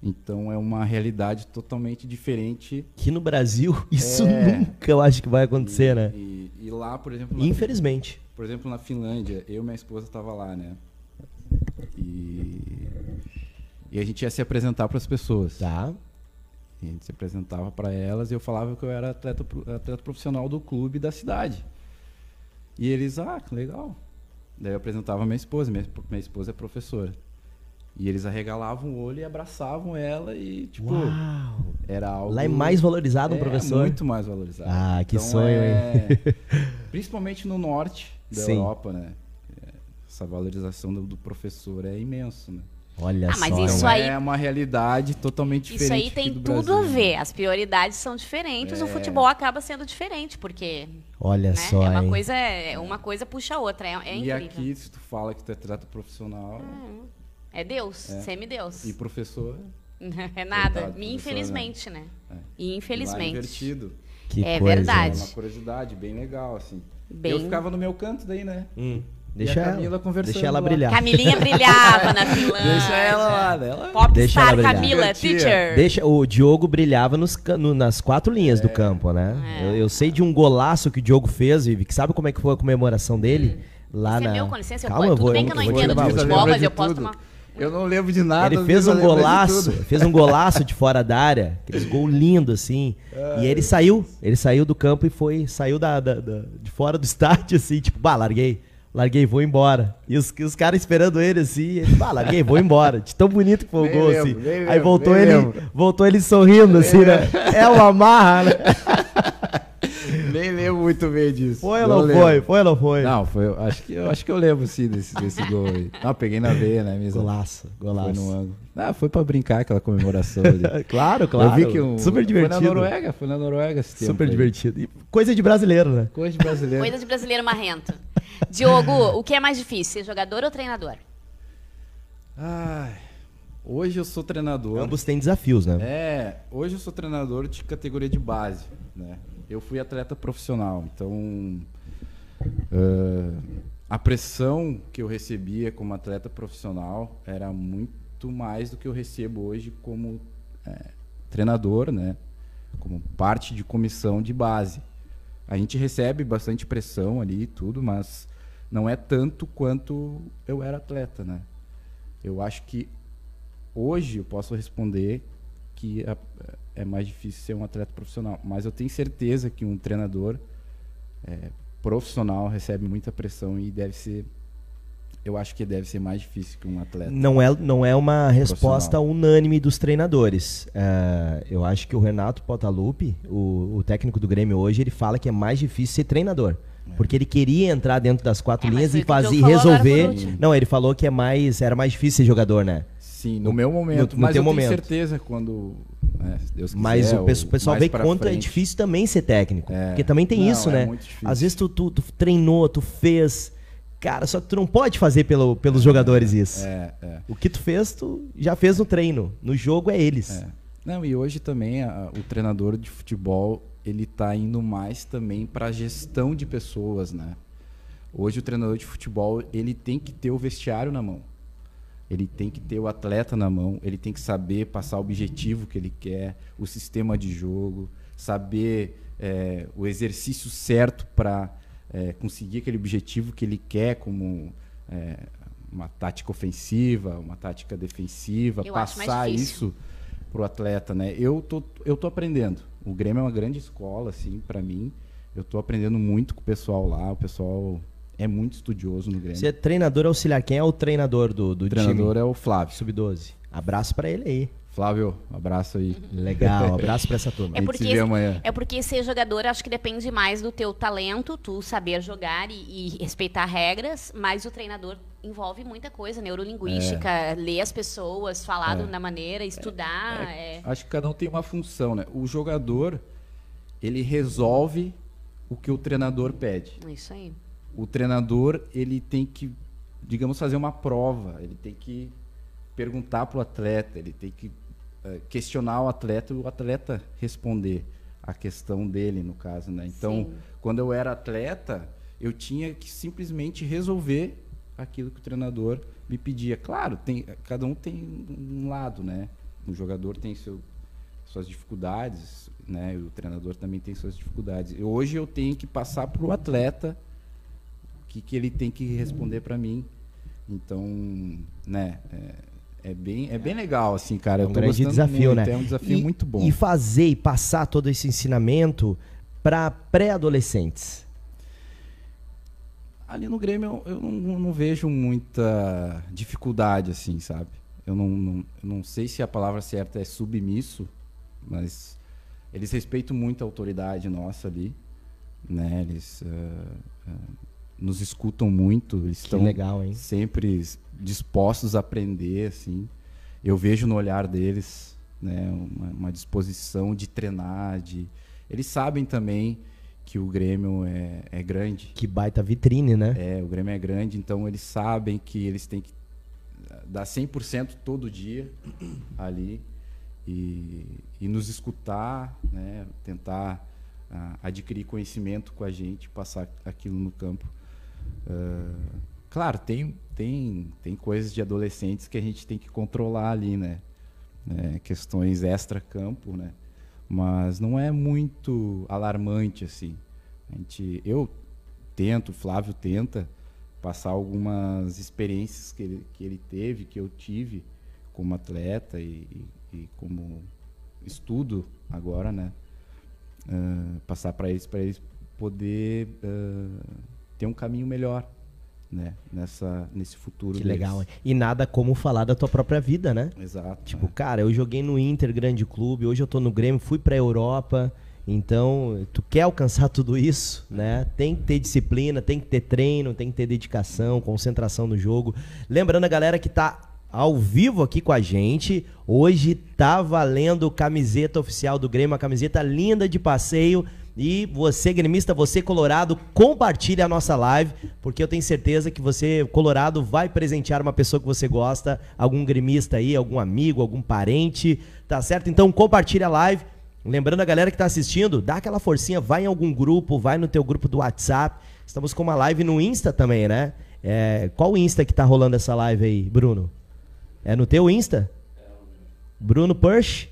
Speaker 3: Então é uma realidade totalmente diferente.
Speaker 1: Que no Brasil isso
Speaker 3: É. Hum.
Speaker 1: nunca eu acho que vai acontecer, né?
Speaker 3: E, e lá, por exemplo, na
Speaker 1: Infelizmente.
Speaker 3: Por exemplo, na Finlândia, eu e minha esposa tava lá, né? E, e a gente ia se apresentar para as pessoas.
Speaker 1: Tá.
Speaker 3: E a gente se apresentava para elas e eu falava que eu era atleta, pro- atleta profissional do clube da cidade. E eles, ah, que legal. Daí eu apresentava minha esposa, minha, esp- minha esposa é professora. E eles arregalavam o olho e abraçavam ela e, tipo,
Speaker 1: Uau.
Speaker 3: era algo.
Speaker 1: Lá é mais valorizado um
Speaker 3: É,
Speaker 1: professor.
Speaker 3: Muito mais valorizado.
Speaker 1: Ah, que sonho,
Speaker 3: hein? Principalmente no norte da
Speaker 1: Sim.
Speaker 3: Europa, né? É, Essa valorização do, do professor é imenso, né?
Speaker 1: Olha
Speaker 2: Ah, mas
Speaker 1: só.
Speaker 2: isso
Speaker 3: Então
Speaker 2: aí-
Speaker 3: é uma realidade totalmente diferente.
Speaker 2: Isso aí
Speaker 3: aqui
Speaker 2: tem
Speaker 3: do
Speaker 2: tudo
Speaker 3: Brasil,
Speaker 2: a
Speaker 3: né?
Speaker 2: ver. As prioridades são diferentes, o futebol acaba sendo diferente, porque
Speaker 1: Olha
Speaker 2: né,
Speaker 1: É. só.
Speaker 2: é uma
Speaker 1: hein?
Speaker 2: coisa, é uma coisa puxa a outra, é, é
Speaker 3: e
Speaker 2: incrível.
Speaker 3: aqui, se tu fala que tu é trato profissional
Speaker 2: É Deus, semideus.
Speaker 3: e professor,
Speaker 2: É nada.
Speaker 3: Coitado,
Speaker 2: e
Speaker 3: professor,
Speaker 2: infelizmente, né?
Speaker 3: É.
Speaker 2: E
Speaker 3: lá é
Speaker 2: infelizmente.
Speaker 3: divertido.
Speaker 1: Que
Speaker 2: É
Speaker 1: coisa.
Speaker 3: É
Speaker 2: verdade.
Speaker 3: uma curiosidade bem legal, assim.
Speaker 2: Bem-
Speaker 3: Eu ficava no meu canto daí, né?
Speaker 1: Hum,
Speaker 3: E
Speaker 1: deixa
Speaker 3: a
Speaker 1: ela,
Speaker 3: Camila conversando
Speaker 1: deixa ela
Speaker 3: lá.
Speaker 1: brilhar.
Speaker 2: Camilinha brilhava na Finlândia.
Speaker 3: Deixa
Speaker 2: é.
Speaker 3: ela lá, né? Ela-
Speaker 1: Deixa ela
Speaker 2: Popstar
Speaker 1: brilhar.
Speaker 2: Camila,
Speaker 3: Tia.
Speaker 2: teacher.
Speaker 1: Deixa, o Diogo brilhava nos ca- no- nas quatro linhas
Speaker 3: É.
Speaker 1: do campo, né?
Speaker 2: É.
Speaker 1: Eu, eu sei de um golaço que o Diogo fez, Vivi, que sabe como é que foi a comemoração dele? Lá
Speaker 2: Esse
Speaker 1: na...
Speaker 2: é meu, com licença, eu
Speaker 1: Calma,
Speaker 2: ponho.
Speaker 1: eu
Speaker 2: Tudo
Speaker 1: vou,
Speaker 2: bem
Speaker 1: eu
Speaker 2: que eu não
Speaker 1: vou te
Speaker 2: entendo
Speaker 1: levar,
Speaker 2: de
Speaker 1: vou te
Speaker 2: futebol,
Speaker 1: levar.
Speaker 2: mas eu
Speaker 3: de
Speaker 2: posso
Speaker 3: tudo.
Speaker 2: tomar-
Speaker 3: Eu não lembro de nada.
Speaker 1: Ele
Speaker 3: mas
Speaker 1: fez
Speaker 3: eu
Speaker 1: um
Speaker 3: lembro de
Speaker 1: golaço,
Speaker 3: tudo.
Speaker 1: fez um golaço de fora da área, aqueles gol lindo assim. e
Speaker 3: É.
Speaker 1: aí ele saiu, ele saiu do campo e foi, saiu da, da- da- de fora do estádio assim, tipo, bah, larguei, larguei, vou embora. E os, os caras esperando ele assim, ele, bah, larguei, vou embora. De tão bonito que foi o
Speaker 3: Nem
Speaker 1: gol
Speaker 3: lembro,
Speaker 1: assim.
Speaker 3: nem
Speaker 1: aí
Speaker 3: lembro,
Speaker 1: voltou
Speaker 3: nem
Speaker 1: ele,
Speaker 3: lembro.
Speaker 1: voltou ele sorrindo assim, né? É uma marra, né?
Speaker 3: Nem lembro muito bem disso.
Speaker 1: Foi ou não
Speaker 3: lembro.
Speaker 1: foi? Foi ou não foi?
Speaker 3: Não, foi. eu Acho que, eu acho que eu lembro sim desse, desse gol aí. Ah, peguei na veia, né, mesmo?
Speaker 1: Golaço,
Speaker 3: Foi no
Speaker 1: golaço.
Speaker 3: ângulo. Ah, foi pra brincar aquela comemoração ali.
Speaker 1: Claro, claro.
Speaker 3: Eu vi que um,
Speaker 1: Super divertido.
Speaker 3: Foi na Noruega, foi na Noruega esse tempo
Speaker 1: Super
Speaker 3: aí.
Speaker 1: divertido. E coisa de brasileiro, né?
Speaker 3: Coisa de brasileiro.
Speaker 2: Coisa de brasileiro marrento. Diogo, o que é mais difícil, ser jogador ou treinador?
Speaker 3: Ai, hoje eu sou treinador.
Speaker 1: Ambos têm desafios, né?
Speaker 3: É, hoje eu sou treinador de categoria de base, né? Eu fui atleta profissional, então ah, a pressão que eu recebia como atleta profissional era muito mais do que eu recebo hoje como eh, treinador, né? Como parte de comissão de base. A gente recebe bastante pressão ali e tudo, mas não é tanto quanto eu era atleta, né? Eu acho que hoje eu posso responder que a- é mais difícil ser um atleta profissional, mas eu tenho certeza que um treinador é, profissional recebe muita pressão e deve ser, eu acho que deve ser mais difícil que um atleta.
Speaker 1: Não é, não é uma resposta unânime dos treinadores. É, eu acho que o Renato Portaluppi, o, o técnico do Grêmio hoje, ele fala que é mais difícil ser treinador.
Speaker 3: É.
Speaker 1: Porque ele queria entrar dentro das quatro
Speaker 2: É,
Speaker 1: linhas
Speaker 2: mas
Speaker 1: e
Speaker 2: foi o que o
Speaker 1: fazer
Speaker 2: Diogo falou agora
Speaker 1: resolver.
Speaker 2: por último.
Speaker 1: Não, ele falou que é mais, era mais difícil ser jogador, né?
Speaker 3: Sim, no meu momento,
Speaker 1: no
Speaker 3: mas
Speaker 1: teu
Speaker 3: eu
Speaker 1: momento.
Speaker 3: tenho certeza quando, né, se Deus quiser,
Speaker 1: Mas o
Speaker 3: ou
Speaker 1: pesso- o pessoal
Speaker 3: mais
Speaker 1: vê
Speaker 3: pra
Speaker 1: quanto é
Speaker 3: frente,
Speaker 1: difícil também ser técnico.
Speaker 3: É.
Speaker 1: Porque também tem
Speaker 3: Não,
Speaker 1: isso,
Speaker 3: é
Speaker 1: né?
Speaker 3: muito difícil.
Speaker 1: Às vezes tu, tu- tu treinou, tu fez. Cara, só que tu não pode fazer pelo, pelos jogadores isso.
Speaker 3: É, é.
Speaker 1: O que tu fez, tu já fez no treino. No jogo é eles.
Speaker 3: É. Não, e hoje também a- o treinador de futebol, ele tá indo mais também para gestão de pessoas, né? Hoje o treinador de futebol, ele tem que ter o vestiário na mão. Ele tem que ter o atleta na mão, ele tem que saber passar o objetivo que ele quer, o sistema de jogo, saber é, o exercício certo para conseguir aquele objetivo que ele quer, como é, uma tática ofensiva, uma tática defensiva,
Speaker 2: Eu acho mais
Speaker 3: passar
Speaker 2: difícil.
Speaker 3: isso isso pro atleta, né? Eu tô, eu tô aprendendo. O Grêmio é uma grande escola, assim, para mim. Eu tô aprendendo muito com o pessoal lá. O pessoal é muito estudioso no Grêmio.
Speaker 1: Você é treinador auxiliar. Quem é o treinador do, do
Speaker 3: o treinador
Speaker 1: time?
Speaker 3: é o Flávio.
Speaker 1: Sub-12. Abraço pra ele aí.
Speaker 3: Flávio, um abraço aí.
Speaker 1: Legal, abraço pra essa turma.
Speaker 3: A
Speaker 2: Uhum. É
Speaker 3: gente
Speaker 2: porque,
Speaker 3: se vê amanhã.
Speaker 2: é porque ser jogador acho que depende mais do teu talento, tu saber jogar e, e respeitar regras, mas o treinador envolve muita coisa, neurolinguística,
Speaker 3: É.
Speaker 2: ler as pessoas, falar da maneira, estudar. é.
Speaker 3: Acho que cada um tem uma função, né? O jogador, ele resolve o que o treinador pede.
Speaker 2: É Isso aí.
Speaker 3: O treinador, ele tem que, digamos, fazer uma prova, ele tem que perguntar para o atleta, ele tem que eh, questionar o atleta e o atleta responder a questão dele, no caso, né? Então,
Speaker 2: Sim.
Speaker 3: quando eu era atleta, eu tinha que simplesmente resolver aquilo que o treinador me pedia. Claro, tem, cada um tem um lado, né? O jogador tem seu, suas dificuldades, né? E o treinador também tem suas dificuldades. E hoje eu tenho que passar para o atleta o que, que ele tem que responder para mim. Então, né? É, é bem, é bem legal, assim, cara.
Speaker 1: É
Speaker 3: eu
Speaker 1: um
Speaker 3: tô
Speaker 1: grande
Speaker 3: gostando
Speaker 1: desafio,
Speaker 3: muito,
Speaker 1: né?
Speaker 3: É um desafio
Speaker 1: E-
Speaker 3: muito bom.
Speaker 1: E fazer e passar todo esse ensinamento pra pré-adolescentes.
Speaker 3: Ali no Grêmio eu, eu não, não vejo muita dificuldade, assim, sabe? Eu não, não, eu não sei se a palavra certa é submisso, mas eles respeitam muito a autoridade nossa ali, né? Eles ah, ah, nos escutam muito, eles
Speaker 1: Que
Speaker 3: estão
Speaker 1: legal, hein?
Speaker 3: sempre s- dispostos a aprender, assim. Eu vejo no olhar deles, né, uma, uma disposição de treinar, de... Eles sabem também que o Grêmio é, é grande,
Speaker 1: Que baita vitrine, né?
Speaker 3: é, o Grêmio é grande, então eles sabem que eles têm que dar 100% todo dia ali e, e nos escutar, né? tentar ah, adquirir conhecimento com a gente, passar aquilo no campo. Ah, claro, tem, tem, tem coisas de adolescentes que a gente tem que controlar ali, né? Né, questões extra-campo, né? mas não é muito alarmante assim. A gente, eu tento, o Flávio tenta passar algumas experiências que ele, que ele teve, que eu tive como atleta e, e- e como estudo agora, né? Ah, passar para eles, para eles poder ah, ter um caminho melhor, né? Nessa, nesse futuro.
Speaker 1: Que
Speaker 3: deles.
Speaker 1: legal, hein? E nada como falar da tua própria vida, né?
Speaker 3: Exato.
Speaker 1: Tipo, cara, eu joguei no Inter Grande Clube, hoje eu tô no Grêmio, fui pra Europa. Então, tu quer alcançar tudo isso, né? Tem que ter disciplina, tem que ter treino, tem que ter dedicação, concentração no jogo. Lembrando a galera que tá ao vivo aqui com a gente, hoje tá valendo camiseta oficial do Grêmio, uma camiseta linda de passeio. E você, gremista, você colorado, compartilha a nossa live, porque eu tenho certeza que você, colorado, vai presentear uma pessoa que você gosta, algum gremista aí, algum amigo, algum parente, tá certo? Então compartilha a live. Lembrando a galera que tá assistindo, dá aquela forcinha, vai em algum grupo, vai no teu grupo do WhatsApp. Estamos com uma live no Insta também, né? É, qual o Insta que tá rolando essa live aí, Bruno? É no teu Insta? Bruno Persh?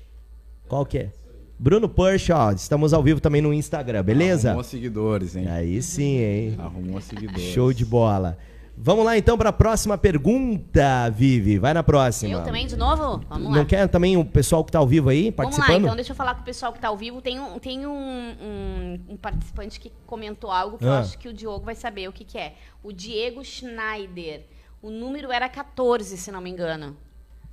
Speaker 1: Qual que é? Bruno Persh, ó, estamos ao vivo também no Instagram, beleza?
Speaker 3: Arrumou seguidores, hein?
Speaker 1: Aí sim, hein?
Speaker 3: Arrumou seguidores.
Speaker 1: Show de bola. Vamos lá então para a próxima pergunta, Vivi. Vai na próxima.
Speaker 2: Eu também, de novo? Vamos lá.
Speaker 1: Não quer também o pessoal que tá ao vivo aí
Speaker 2: Vamos lá,
Speaker 1: participando?
Speaker 2: então deixa eu falar com o pessoal que tá ao vivo. Tem um, tem um, um- um participante que comentou algo que eu
Speaker 1: Ah.
Speaker 2: acho que o Diogo vai saber o que, que é. O Diego Schneider. O número era 14, se não me engano.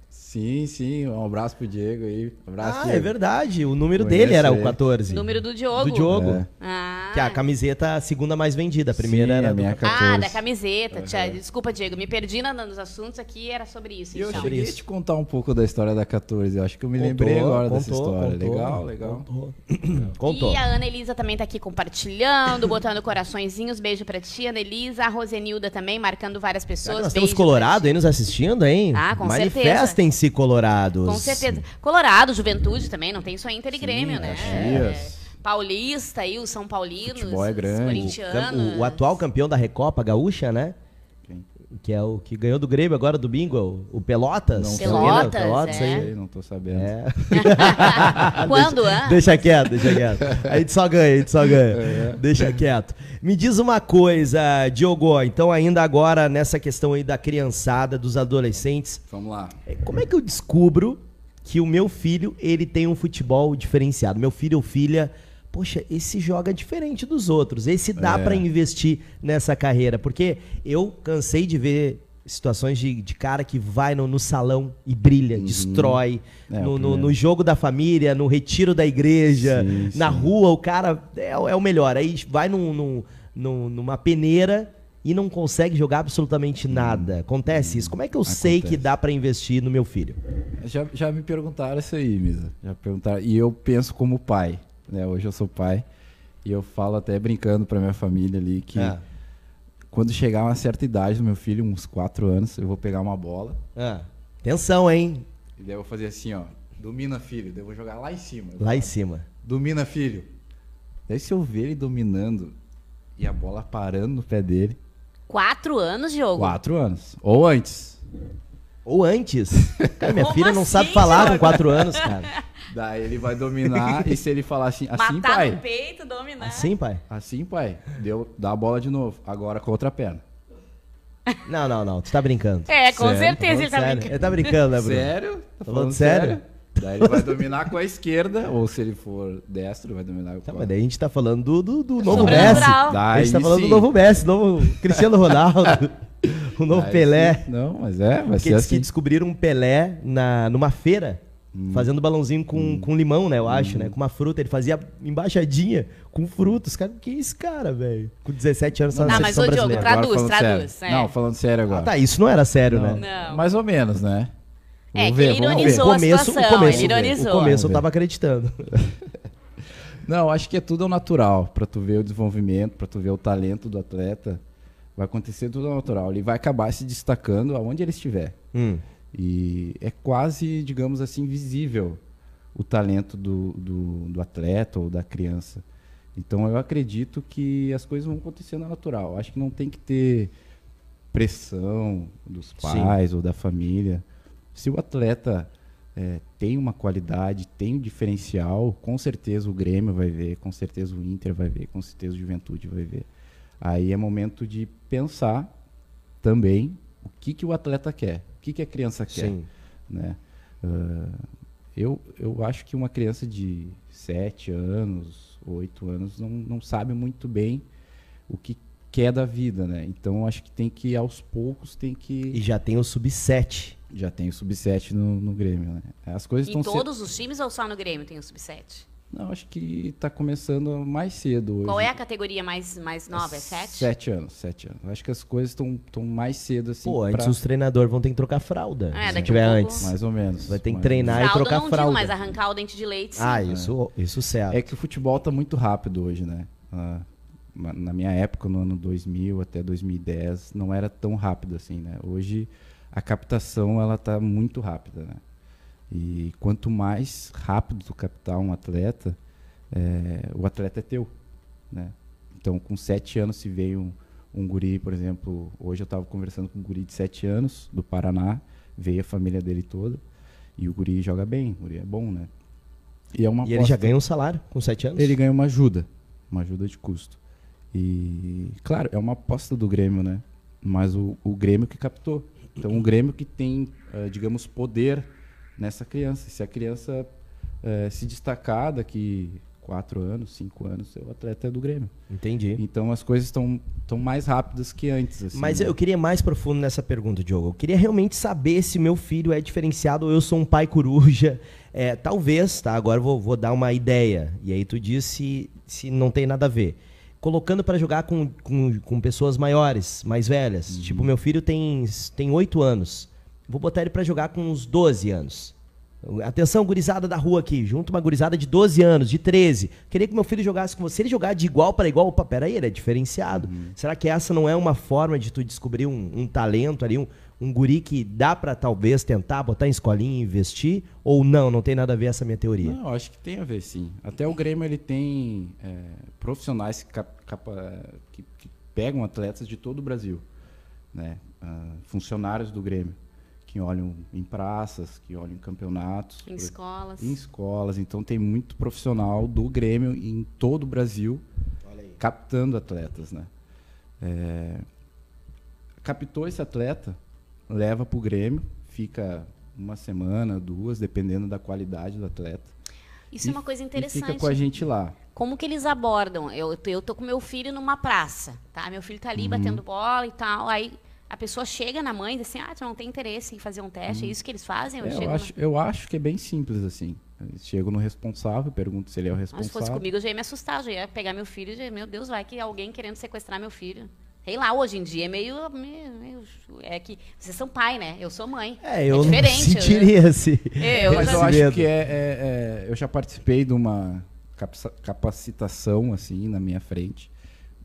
Speaker 3: Sim, sim. Um abraço pro Diego aí. um Abraço,
Speaker 1: Ah,
Speaker 3: Diego.
Speaker 1: é verdade. O número
Speaker 3: Conheço
Speaker 1: dele era o
Speaker 3: ele.
Speaker 1: 14.
Speaker 2: Número do Diogo.
Speaker 1: Do Diogo.
Speaker 3: É.
Speaker 2: Ah.
Speaker 1: Que é a camiseta a segunda mais vendida. A primeira
Speaker 3: Sim,
Speaker 1: era
Speaker 3: a
Speaker 1: do
Speaker 3: minha
Speaker 1: Catar-
Speaker 2: Ah,
Speaker 3: 14.
Speaker 2: da camiseta. Tia, desculpa, Diego, me perdi na- nos assuntos aqui, era sobre isso.
Speaker 3: E eu
Speaker 2: então.
Speaker 3: cheguei a te contar um pouco da história da 14. Eu acho que eu me
Speaker 1: Contou,
Speaker 3: lembrei agora dessa
Speaker 1: contou,
Speaker 3: história.
Speaker 1: contou,
Speaker 3: legal, legal.
Speaker 1: Contou. Contou.
Speaker 2: E a Ana Elisa também tá aqui compartilhando, botando coraçõezinhos. Beijo pra ti, Ana Elisa. A Rosenilda também, marcando várias
Speaker 1: Será
Speaker 2: pessoas.
Speaker 1: que nós temos
Speaker 2: Beijo
Speaker 1: Colorado
Speaker 2: pra ti.
Speaker 1: aí nos assistindo, hein?
Speaker 2: Ah, com certeza.
Speaker 1: Manifestem-se, Colorados.
Speaker 2: Com certeza. Colorado, Juventude também, não tem só Inter e Grêmio, né?
Speaker 3: Caxias.
Speaker 2: É, Paulista aí, os São Paulinos,
Speaker 3: Futebol é grande.
Speaker 2: os
Speaker 1: Cam-
Speaker 2: corintianos.
Speaker 1: O, o atual campeão da Recopa Gaúcha, né?
Speaker 3: Quem?
Speaker 1: Que é o que ganhou do Grêmio agora do Bingo, o, o Pelotas.
Speaker 3: Não,
Speaker 1: Pelotas,
Speaker 2: Pelotas,
Speaker 1: Pelotas
Speaker 2: é.
Speaker 1: aí.
Speaker 3: Sei, não tô sabendo.
Speaker 1: É.
Speaker 2: Quando, hã?
Speaker 1: Deixa quieto, deixa quieto. A gente só ganha, a gente só ganha. Deixa quieto. Me diz uma coisa, Diogo. Então, ainda agora nessa questão aí da criançada, dos adolescentes,
Speaker 3: Vamos lá.
Speaker 1: é, como é que eu descubro que o meu filho ele tem um futebol diferenciado? Meu filho ou filha, poxa, esse joga diferente
Speaker 3: É.
Speaker 1: dos outros. Esse dá pra investir nessa carreira, porque eu cansei de ver situações de, de cara que vai no, no salão e brilha, destrói.
Speaker 3: Uhum. É,
Speaker 1: no, no-
Speaker 3: o
Speaker 1: no
Speaker 3: primeiro.
Speaker 1: jogo da família, no retiro da igreja,
Speaker 3: Sim,
Speaker 1: na
Speaker 3: sim.
Speaker 1: rua, o cara é, o- é o melhor. Aí vai num, num- num- numa peneira e não consegue jogar absolutamente nada. Acontece isso. Como é que eu sei que
Speaker 3: Acontece.
Speaker 1: dá pra investir no meu filho?
Speaker 3: Já, já me perguntaram isso aí, Misa. Já perguntaram. E eu penso como pai. Né? Hoje eu sou pai. E eu falo até brincando pra minha família ali que
Speaker 1: Ah,
Speaker 3: quando chegar uma certa idade do meu filho, uns 4 anos, eu vou pegar uma bola.
Speaker 1: ah. Atenção, hein?
Speaker 3: E daí eu vou fazer assim, ó. Domina, filho. Daí eu vou jogar lá em cima.
Speaker 1: Lá em cima.
Speaker 3: Domina, filho. Daí se eu ver ele dominando e a bola parando no pé dele,
Speaker 2: Quatro anos, Diogo?
Speaker 3: 4 anos. Ou antes.
Speaker 1: Ou antes. Cara, minha
Speaker 2: Como
Speaker 1: filha não
Speaker 2: assim, Né?
Speaker 1: sabe falar com 4 anos, cara.
Speaker 3: Daí ele vai dominar e se ele falar assim, assim,
Speaker 2: Matar
Speaker 3: pai.
Speaker 2: no peito, dominar.
Speaker 1: Assim, pai?
Speaker 3: Assim, pai. Deu, dá a bola de novo. Agora com a outra perna.
Speaker 1: Não, não, não. Tu tá brincando.
Speaker 2: É, com
Speaker 3: Sério,
Speaker 2: certeza
Speaker 1: Falando
Speaker 2: ele tá
Speaker 1: sério.
Speaker 2: brincando.
Speaker 1: Ele tá brincando, né, Bruno?
Speaker 3: Sério? Tá
Speaker 1: falando sério?
Speaker 3: Daí ele vai dominar com a esquerda, ou se ele for destro, vai dominar com
Speaker 1: Tá,
Speaker 3: a
Speaker 1: mas daí a gente tá falando do, do, do novo
Speaker 2: Sobrenatural.
Speaker 1: Messi. A gente tá falando do novo Messi, novo Cristiano Ronaldo, o novo
Speaker 3: Daí
Speaker 1: Pelé.
Speaker 3: sim. Não, mas é, vai
Speaker 1: Porque
Speaker 3: ser
Speaker 1: diz
Speaker 3: assim.
Speaker 1: que descobriram um Pelé na, numa feira,
Speaker 2: Hum.
Speaker 1: fazendo balãozinho com, com limão, né? Eu acho, né? Com uma fruta. Ele fazia embaixadinha com frutos. Cara, que isso, cara, velho? Com 17 anos, só na
Speaker 2: Não, mas,
Speaker 1: seleção
Speaker 2: ô, Diogo,
Speaker 1: brasileira.
Speaker 2: tra- Traduz,
Speaker 3: falando
Speaker 2: traduz,
Speaker 3: sério.
Speaker 2: é.
Speaker 3: Não, falando sério agora.
Speaker 1: Ah, tá, isso não era sério,
Speaker 3: Não,
Speaker 1: né?
Speaker 2: Não.
Speaker 3: Mais ou menos, né?
Speaker 2: É,
Speaker 3: Vamos
Speaker 2: que
Speaker 3: ver,
Speaker 2: ele
Speaker 3: vamos ver.
Speaker 2: ironizou a situação,
Speaker 1: o começo,
Speaker 2: ele ironizou.
Speaker 1: o começo eu
Speaker 3: Vamos ver.
Speaker 1: tava acreditando.
Speaker 3: Não, acho que é tudo ao natural, pra tu ver o desenvolvimento, pra tu ver o talento do atleta. Vai acontecer tudo ao natural. Ele vai acabar se destacando aonde ele estiver.
Speaker 1: Hum.
Speaker 3: E é quase, digamos assim, visível o talento do, do, do atleta ou da criança. Então eu acredito que as coisas vão acontecer na natural. Acho que não tem que ter pressão dos pais ou da família. Se o atleta eh, tem uma qualidade, tem um diferencial, com certeza o Grêmio vai ver, com certeza o Inter vai ver, com certeza o Juventude vai ver. Aí é momento de pensar também o que, que o atleta quer, o que, que a criança quer.
Speaker 1: Sim.
Speaker 3: Né? Ah, eu, eu acho que uma criança de 7 anos, 8 anos, não, não sabe muito bem o que quer da vida. Né? Então eu acho que tem que, aos poucos, tem
Speaker 1: E
Speaker 3: que.
Speaker 1: já tem o sub-7.
Speaker 3: Já tem o sub-7 no, no Grêmio. Né? As coisas
Speaker 2: Em
Speaker 3: estão sendo.
Speaker 2: todos os times ou só no Grêmio tem o sub-7?
Speaker 3: Não, acho que está começando mais cedo. Hoje.
Speaker 2: Qual é a categoria mais, mais nova? É 7?
Speaker 3: 7 anos, 7 anos. Eu Acho que as coisas estão mais cedo assim.
Speaker 1: Pô, antes
Speaker 3: pra-
Speaker 1: os treinadores vão ter que trocar fralda.
Speaker 2: É,
Speaker 1: se
Speaker 2: daqui a
Speaker 1: tiver
Speaker 2: pouco-
Speaker 1: antes.
Speaker 3: Mais ou menos.
Speaker 1: Vai ter que
Speaker 3: mais ou
Speaker 1: treinar Ah, e
Speaker 2: Fralda
Speaker 1: trocar
Speaker 2: não digo,
Speaker 1: fralda.
Speaker 2: mas arrancar o dente de leite, sim.
Speaker 1: Ah, isso, isso certo.
Speaker 3: É que o futebol tá muito rápido hoje, né? Ah, ma- Na minha época, no ano 2000 até 2010, não era tão rápido assim, né? Hoje a captação ela tá muito rápida, né? E quanto mais rápido tu captar um atleta, eh, o atleta é teu, né? Então, com sete anos, se veio um, um guri, por exemplo, hoje eu estava conversando com um guri de sete anos, do Paraná, veio a família dele toda, e o guri joga bem, o guri é bom, né? E é uma
Speaker 1: E ele já
Speaker 3: aposta.
Speaker 1: ganha um salário com 7 anos?
Speaker 3: Ele ganha uma ajuda, uma ajuda de custo. E, claro, é uma aposta do Grêmio, né? Mas o, o Grêmio que captou. Então, o Grêmio que tem, eh, digamos, poder nessa criança. Se a criança eh, se destacar daqui quatro anos, cinco anos, o atleta é do Grêmio.
Speaker 1: Entendi.
Speaker 3: Então, as coisas estão tão mais rápidas que antes. assim,
Speaker 1: Mas
Speaker 3: né?
Speaker 1: eu queria mais profundo nessa pergunta, Diogo. Eu queria realmente saber se meu filho é diferenciado ou eu sou um pai coruja. É, talvez, tá? Agora eu vou, vou dar uma ideia. E aí tu diz se, se não tem nada a ver. Colocando pra jogar com, com, com pessoas maiores, mais velhas.
Speaker 3: Uhum.
Speaker 1: Tipo, meu filho tem, tem 8 anos. Vou botar ele pra jogar com uns 12 anos. Atenção, gurizada da rua aqui. Junto uma gurizada de 12 anos, de 13. Queria que meu filho jogasse com você. Se ele jogar de igual para igual, opa, peraí, ele é diferenciado.
Speaker 3: Uhum.
Speaker 1: Será que essa não é uma forma de tu descobrir um, um talento ali, um, um guri que dá para talvez tentar botar em escolinha e investir? Ou não, não tem nada a ver essa minha teoria?
Speaker 3: Não, acho que tem a ver, sim. Até o Grêmio ele tem é, profissionais que, cap- capa- que- que pegam atletas de todo o Brasil, né? Ah, funcionários do Grêmio que olham em praças, que olham em campeonatos,
Speaker 2: Em
Speaker 3: por-
Speaker 2: escolas.
Speaker 3: em escolas. Então tem muito profissional do Grêmio em todo o Brasil captando atletas, né? É, captou esse atleta, leva para o Grêmio, fica uma semana, duas, dependendo da qualidade do atleta.
Speaker 2: Isso é uma coisa
Speaker 3: E fica
Speaker 2: interessante.
Speaker 3: com a gente lá.
Speaker 2: Como que eles
Speaker 1: Uhum.
Speaker 2: abordam? Eu, eu tô com meu filho numa praça, tá? Meu filho tá ali batendo bola e tal. Aí A pessoa chega na mãe e diz assim, ah, tu não tem interesse em fazer um
Speaker 1: Uhum.
Speaker 2: teste, é isso que eles fazem? Eu
Speaker 3: É,
Speaker 2: chego
Speaker 3: eu,
Speaker 2: na-
Speaker 3: acho, eu acho que é bem simples assim. Eu chego no responsável, pergunto se ele é o
Speaker 2: Mas
Speaker 3: responsável.
Speaker 2: se fosse comigo, eu já ia me assustar, eu já ia pegar meu filho e já, ia, meu Deus, vai que alguém querendo sequestrar meu filho. Sei lá, hoje em dia é meio, meio- meio- É que vocês são pai, né? Eu sou mãe.
Speaker 1: É, eu não
Speaker 2: diferente,
Speaker 1: sentiria assim.
Speaker 2: Eu, eu
Speaker 3: Mas
Speaker 2: já-
Speaker 1: Esse
Speaker 3: eu acho
Speaker 1: medo.
Speaker 3: que é, é- é- Eu já participei de uma capsa- capacitação, assim, na minha frente.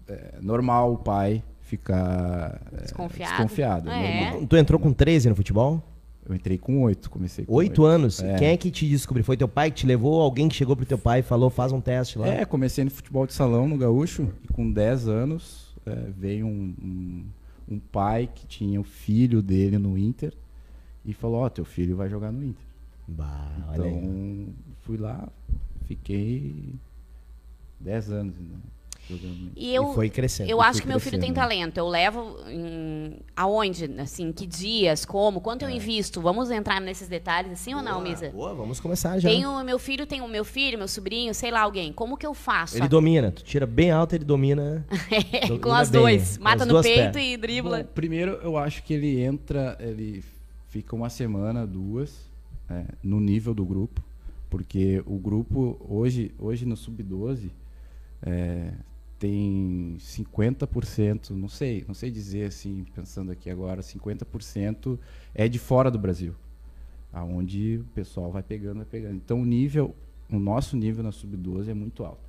Speaker 3: É normal o pai ficar é,
Speaker 2: Desconfiado.
Speaker 3: desconfiado,
Speaker 2: É.
Speaker 3: normal.
Speaker 1: Tu entrou com 13 no futebol?
Speaker 3: Eu entrei com oito, comecei com
Speaker 1: Oito anos?
Speaker 3: É.
Speaker 1: Quem é que te descobriu? Foi teu pai que te levou? Alguém que chegou pro teu pai e falou, faz um teste lá?
Speaker 3: É, comecei no futebol de salão no Gaúcho e com 10 anos é, veio um, um- um pai que tinha o filho dele no Inter e falou, ó, teu filho vai jogar no Inter.
Speaker 1: Bah, olha
Speaker 3: Então,
Speaker 1: aí.
Speaker 3: fui lá, fiquei 10 anos né, jogando no Inter.
Speaker 2: E eu,
Speaker 1: E foi crescendo,
Speaker 2: eu
Speaker 3: e
Speaker 2: acho
Speaker 3: foi
Speaker 2: que meu filho tem
Speaker 3: crescendo.
Speaker 1: né?
Speaker 2: talento. Eu levo em- aonde, assim, que dias, como, quanto eu invisto. Vamos entrar nesses detalhes, assim ou não, Misa?
Speaker 1: É. Boa, vamos começar já.
Speaker 2: Tem o meu filho, tem o meu filho, meu sobrinho, sei lá, alguém. Como que eu faço? É,
Speaker 1: Ele domina, tu tira bem alto, ele domina. domina
Speaker 2: com as
Speaker 1: bem,
Speaker 2: duas.
Speaker 1: com
Speaker 2: Mata
Speaker 1: as
Speaker 2: no
Speaker 1: duas
Speaker 2: peito
Speaker 1: pernas.
Speaker 2: e dribla.
Speaker 3: Bom, primeiro, eu acho que ele entra, ele fica uma semana, duas, é, no nível do grupo, porque o grupo hoje, hoje no sub-12 é, tem 50%, não sei, não sei dizer assim, pensando aqui agora, 50% é de fora do Brasil, aonde o pessoal vai pegando, vai pegando. Então o nível, o nosso nível na sub-12 é muito alto,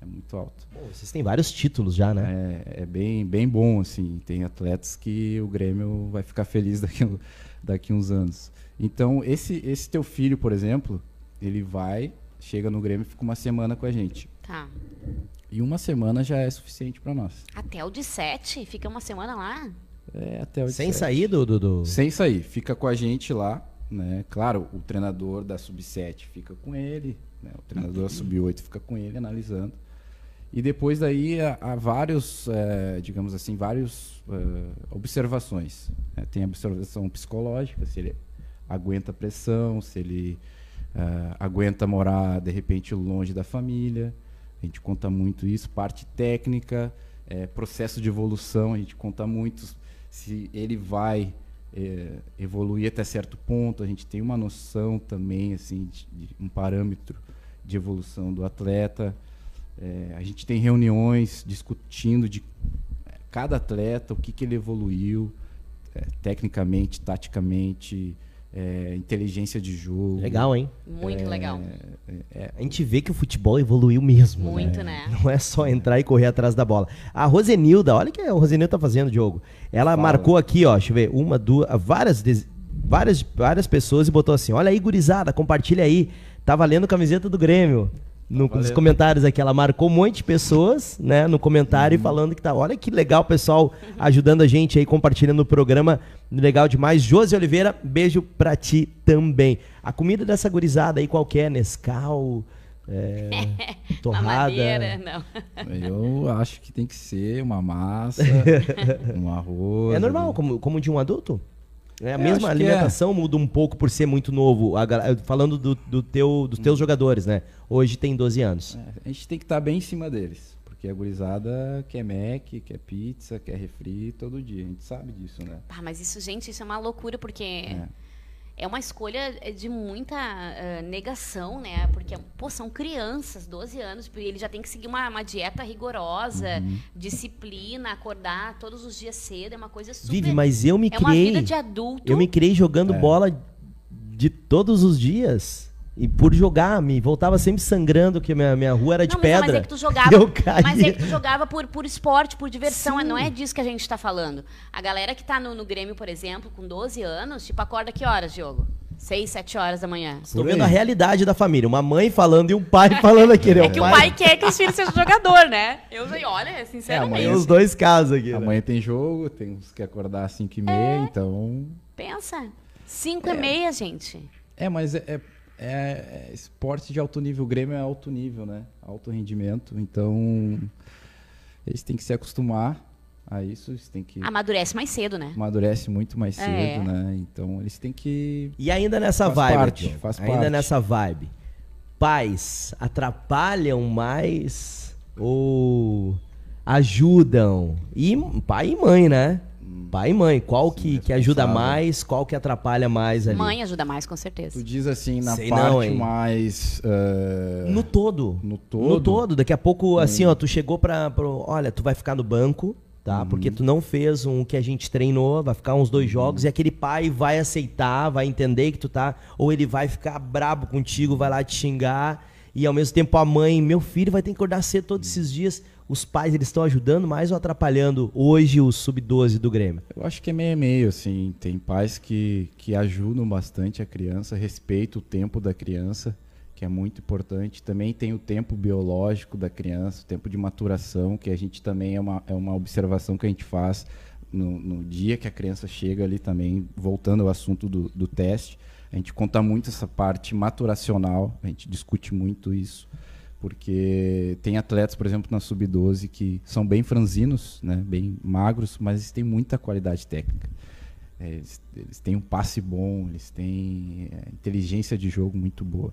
Speaker 3: é muito alto.
Speaker 1: Pô, vocês têm vários títulos já, né?
Speaker 3: É, é bem, bem bom, assim. Tem atletas que o Grêmio vai ficar feliz daqui, a- um, daqui a uns anos. Então, esse, esse teu filho, por exemplo, ele vai, chega no Grêmio e fica uma semana com a gente.
Speaker 2: Tá.
Speaker 3: E uma semana já é suficiente para nós.
Speaker 2: Até o de sete? Fica uma semana lá?
Speaker 3: É até o
Speaker 1: Sem sair do. do, do-
Speaker 3: Sem sair. Fica com a gente lá, né? Claro, o treinador da Sub-7 fica com ele, né? O treinador da Sub-8 fica com ele analisando. E depois daí há, há vários, eh, digamos assim, vários eh, observações. né? Tem a observação psicológica, se ele aguenta pressão, se ele ah, aguenta morar, de repente, longe da família. A gente conta muito isso. Parte técnica, eh, processo de evolução, a gente conta muito se ele vai eh, evoluir até certo ponto. A gente tem uma noção também, assim, de, de um parâmetro de evolução do atleta. Eh, a gente tem reuniões discutindo de cada atleta, o que, que ele evoluiu, eh, tecnicamente, taticamente, eh, inteligência de jogo.
Speaker 1: Legal, hein?
Speaker 2: Muito legal.
Speaker 3: É.
Speaker 1: A gente vê que o futebol evoluiu mesmo.
Speaker 2: Muito, né?
Speaker 1: Não é só entrar e correr atrás da bola. A Rosenilda, olha o que a Rosenilda tá fazendo, Diogo. Ela
Speaker 3: Fala.
Speaker 1: marcou aqui, ó, deixa eu ver, uma, duas, várias, des- várias, várias pessoas e botou assim: olha aí, gurizada, compartilha aí. Tá valendo camiseta do Grêmio. No, nos
Speaker 3: valendo.
Speaker 1: comentários aqui, ela marcou um monte de pessoas, né, no comentário e falando que tá. Olha que legal, pessoal, ajudando a gente aí, compartilhando o programa. Legal demais. Josi Oliveira, beijo pra ti também. A comida dessa gurizada aí, qualquer, Nescau, é,
Speaker 2: Mamadeira,
Speaker 1: torrada. é.
Speaker 2: não.
Speaker 3: Eu acho que tem que ser uma massa, um arroz.
Speaker 1: É normal, como, como de um adulto. É a
Speaker 3: Eu acho
Speaker 1: mesma
Speaker 3: que
Speaker 1: alimentação muda um pouco por ser muito novo. A gal- Falando do, do teu, dos teus jogadores, né? Hoje tem 12 anos.
Speaker 3: É, a gente tem que estar bem em cima deles. Porque a gurizada quer Mac, quer pizza, quer refri todo dia. A gente sabe disso, né?
Speaker 2: Pá, mas isso, gente, isso é uma loucura, porque é, uma escolha eh, de muita eh, negação, né? Porque, pô, são crianças, 12 anos, tipo, e ele já tem que seguir uma, uma dieta rigorosa,
Speaker 1: Uhum.
Speaker 2: disciplina, acordar todos os dias cedo, é uma coisa super...
Speaker 1: Vive, mas eu me
Speaker 2: é uma
Speaker 1: criei.
Speaker 2: vida de adulto.
Speaker 1: Eu me criei jogando
Speaker 3: É.
Speaker 1: bola de todos os dias. E por jogar, me voltava sempre sangrando, que minha, minha rua era de
Speaker 2: não, mas,
Speaker 1: pedra.
Speaker 2: mas é que tu jogava,
Speaker 1: Eu caía.
Speaker 2: mas é que tu jogava por, por esporte, por diversão, é- não é disso que a gente tá falando. A galera que tá no, no Grêmio, por exemplo, com 12 anos, tipo, acorda que horas, Diogo? 6, 7 horas da manhã.
Speaker 1: Tô
Speaker 3: Por
Speaker 1: vendo a
Speaker 3: aí.
Speaker 1: realidade da família. Uma mãe falando e um pai falando aqui, né?
Speaker 2: É que o pai quer que os filhos sejam jogador, né? Eu sei, olha, sinceramente,
Speaker 3: É,
Speaker 1: Tem os dois casos aqui. né?
Speaker 3: Amanhã tem jogo, temos que acordar às 5 e meia,
Speaker 2: É.
Speaker 3: então.
Speaker 2: pensa. Cinco e meia, gente.
Speaker 3: É, mas é, é- é- é esporte de alto nível. O Grêmio é alto nível, né? Alto rendimento. Então. Eles têm que se acostumar a isso. Eles têm que.
Speaker 2: Amadurece mais cedo, né?
Speaker 3: Amadurece muito mais cedo,
Speaker 2: Ah. É.
Speaker 3: né? Então eles têm que
Speaker 1: E ainda nessa
Speaker 3: Faz
Speaker 1: vibe,
Speaker 3: parte,
Speaker 1: Diogo,
Speaker 3: faz
Speaker 1: ainda
Speaker 3: parte.
Speaker 1: nessa vibe, pais atrapalham mais ou ajudam? E pai e mãe, né? Pai e mãe, qual que,
Speaker 3: é
Speaker 1: que ajuda
Speaker 3: responsável.
Speaker 1: mais, qual que atrapalha mais ali?
Speaker 2: Mãe ajuda mais, com
Speaker 3: Tu
Speaker 2: certeza.
Speaker 3: diz assim, na
Speaker 1: Sei
Speaker 3: parte
Speaker 1: não, hein?
Speaker 3: mais. ah,
Speaker 1: No todo.
Speaker 3: no todo. Hum.
Speaker 1: No todo. Daqui a pouco, assim, ó, tu chegou pra. pro- olha, tu vai ficar no banco,
Speaker 3: Uhum.
Speaker 1: tá? Porque tu não fez um que a gente treinou, vai ficar uns dois jogos, e aquele pai vai aceitar, vai entender que tu tá. Ou ele vai ficar brabo contigo, vai lá te xingar. E ao mesmo tempo a mãe, meu filho, vai ter que acordar cedo todos
Speaker 3: Uhum.
Speaker 1: esses dias. Os pais, eles estão ajudando mais ou atrapalhando hoje o sub-12 do Grêmio?
Speaker 3: Eu acho que é meio e meio, assim. Tem pais que, que ajudam bastante a criança, respeita o tempo da criança, que é muito importante. Também tem o tempo biológico da criança, o tempo de maturação, que a gente também é uma, é uma observação que a gente faz no, no dia que a criança chega ali também, voltando ao assunto do, do teste. A gente conta muito essa parte maturacional, a gente discute muito isso. Porque tem atletas, por exemplo, na sub-12 que são bem franzinos, né, bem magros, mas eles têm muita qualidade técnica. É, eles, eles têm um passe bom, eles têm é, inteligência de jogo muito boa.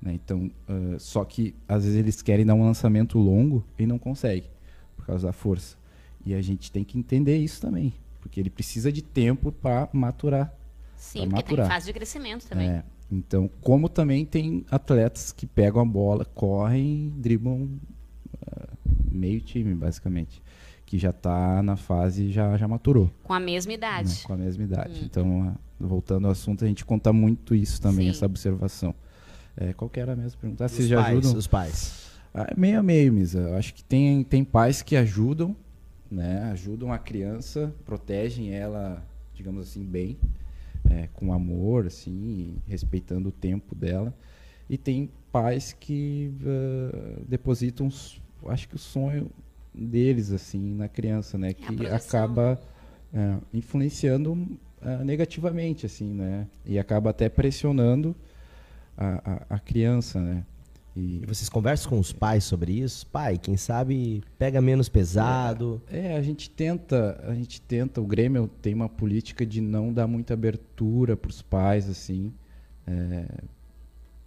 Speaker 3: né? Então, ah, só que às vezes eles querem dar um lançamento longo e não conseguem, por causa da força. E a gente tem que entender isso também, porque ele precisa de tempo para maturar.
Speaker 2: Sim,
Speaker 3: pra
Speaker 2: porque tem
Speaker 3: maturar.
Speaker 2: fase de crescimento também.
Speaker 3: É, então, como também tem atletas que pegam a bola, correm, driblam ah, meio time, basicamente. Que já tá na fase, já, já maturou,
Speaker 2: Com a mesma
Speaker 3: né,
Speaker 2: idade. Hum.
Speaker 3: com a mesma idade. Então, ah, voltando ao assunto, a gente conta muito isso também,
Speaker 2: Sim.
Speaker 3: essa observação. É, qual que era a mesma pergunta? Ah,
Speaker 1: os
Speaker 3: vocês já
Speaker 1: pais,
Speaker 3: ajudam?
Speaker 1: Os pais.
Speaker 3: Ah, é meio a meio, Misa. Eu acho que tem, tem pais que ajudam, né? Ajudam a criança, protegem ela, digamos assim, bem, é, com amor, assim, e respeitando o tempo dela. E tem pais que ah, depositam, s- acho que o sonho deles, assim, na criança, né? Que
Speaker 2: projeção.
Speaker 3: acaba é, influenciando ah, negativamente, assim, né? E acaba até pressionando a, a, a criança, né? E,
Speaker 1: E vocês conversam com os pais sobre isso? Pai, quem sabe pega menos pesado.
Speaker 3: É, a gente tenta, a gente tenta, o Grêmio tem uma política de não dar muita abertura para os pais, assim,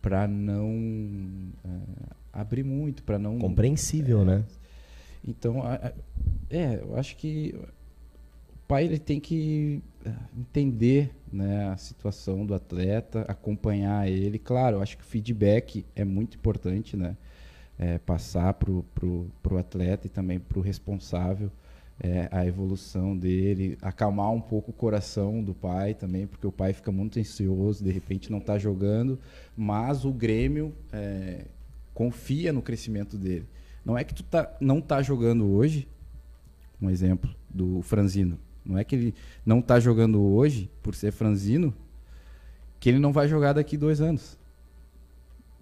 Speaker 3: para não é, abrir muito, para não... É.
Speaker 1: Compreensível, né?
Speaker 3: Então, a- a- é, eu acho que o pai ele tem que eh, entender né, a situação do atleta, acompanhar ele. Claro, eu acho que o feedback é muito importante, né? eh, passar pro, pro, pro atleta e também pro responsável eh, a evolução dele, acalmar um pouco o coração do pai também, porque o pai fica muito ansioso, de repente não tá jogando, mas o Grêmio eh, confia no crescimento dele. Não é que tu tá, não tá jogando hoje, um exemplo do Franzino. Não é que ele não tá jogando hoje, por ser Franzino, que ele não vai jogar daqui dois anos.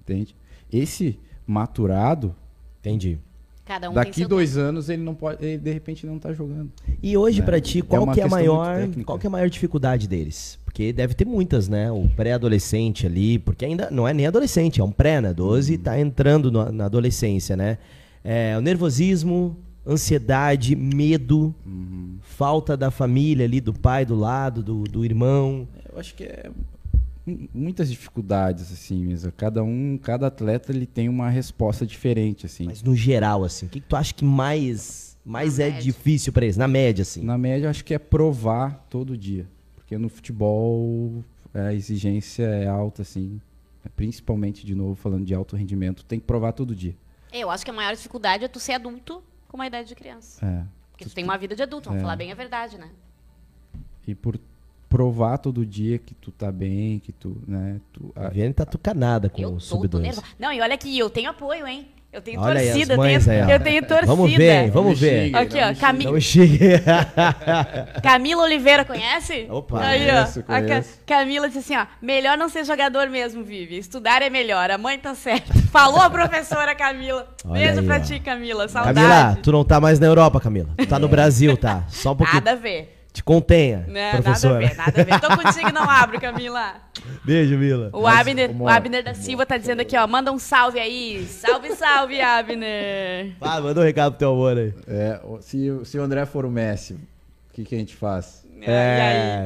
Speaker 3: Entende? Esse maturado,
Speaker 1: Entendi.
Speaker 2: Cada um tem
Speaker 3: daqui
Speaker 2: seu
Speaker 3: dois anos ele não pode, ele de repente não tá jogando.
Speaker 1: E hoje
Speaker 3: né?
Speaker 1: pra ti,
Speaker 3: É
Speaker 1: qual
Speaker 3: uma
Speaker 1: que é a
Speaker 3: questão muito
Speaker 1: maior,
Speaker 3: técnica.
Speaker 1: qual que é a maior dificuldade deles? Porque deve ter muitas, né? O pré-adolescente ali, porque ainda não é nem adolescente, é um pré, né?
Speaker 3: Uhum.
Speaker 1: 12 tá entrando no- na adolescência, né? É, o nervosismo, ansiedade, medo,
Speaker 3: Uhum.
Speaker 1: falta da família ali, do pai do lado, do, do irmão.
Speaker 3: Eu acho que é mu- muitas dificuldades assim, mesmo. Cada um, cada atleta ele tem uma resposta diferente assim.
Speaker 1: Mas no geral, assim, o que, que tu acha que mais, mais
Speaker 2: Na
Speaker 1: é
Speaker 2: média.
Speaker 1: difícil pra eles? Na média, assim.
Speaker 3: Na média, eu acho que é provar todo dia. Porque no futebol é, a exigência é alta, assim. Principalmente, de novo, falando de alto rendimento, tem que provar todo dia.
Speaker 2: tempo. Eu acho que a maior dificuldade é tu ser adulto com uma idade de criança.
Speaker 3: É.
Speaker 2: Porque tu tem uma vida de
Speaker 1: É.
Speaker 2: adulto, vamos falar bem a verdade, né?
Speaker 3: E por provar todo dia que tu tá bem, que tu, né, tu,
Speaker 1: A
Speaker 3: a-
Speaker 1: Viane tá tucanada com
Speaker 2: eu
Speaker 1: o
Speaker 2: tô, tô
Speaker 1: sub-12.
Speaker 2: nervosa. Não, e olha aqui, eu tenho apoio, hein? Eu tenho
Speaker 1: Olha aí, as
Speaker 2: torcida,
Speaker 1: mães
Speaker 2: tenho-
Speaker 1: aí, ó.
Speaker 2: eu tenho torcida.
Speaker 1: Vamos ver, hein? vamos ver.
Speaker 3: Não me
Speaker 2: Aqui, ó,
Speaker 3: xingue.
Speaker 2: Cami-
Speaker 1: Não cheguei.
Speaker 2: Camila Oliveira, conhece?
Speaker 1: Opa.
Speaker 2: aí,
Speaker 3: Conheço,
Speaker 2: ó. A Ca-
Speaker 3: conheço.
Speaker 2: Camila disse assim, ó, melhor não ser jogador mesmo, Vivi. Estudar é melhor, a mãe tá certa. Falou a professora Camila.
Speaker 1: Olha
Speaker 2: Beijo
Speaker 1: aí,
Speaker 2: pra
Speaker 1: ó.
Speaker 2: ti, Camila. Saudade.
Speaker 1: Camila, tu não tá mais na Europa, Camila. Tu tá no Brasil, tá? Só um pouquinho.
Speaker 2: É. Nada a ver.
Speaker 1: Te contenha,
Speaker 2: Né? Nada a
Speaker 1: professora.
Speaker 2: ver, nada a ver. Tô contigo, não abro, Camila.
Speaker 1: Beijo, Mila.
Speaker 2: O Abner, o
Speaker 1: é?
Speaker 3: uma-
Speaker 2: Abner da Silva tá dizendo aqui, ó, manda um salve aí. Salve, salve, Abner.
Speaker 1: Ah, manda um recado pro teu amor aí.
Speaker 3: É, o- se, se o André for o Messi, o que, que a gente faz?
Speaker 1: É.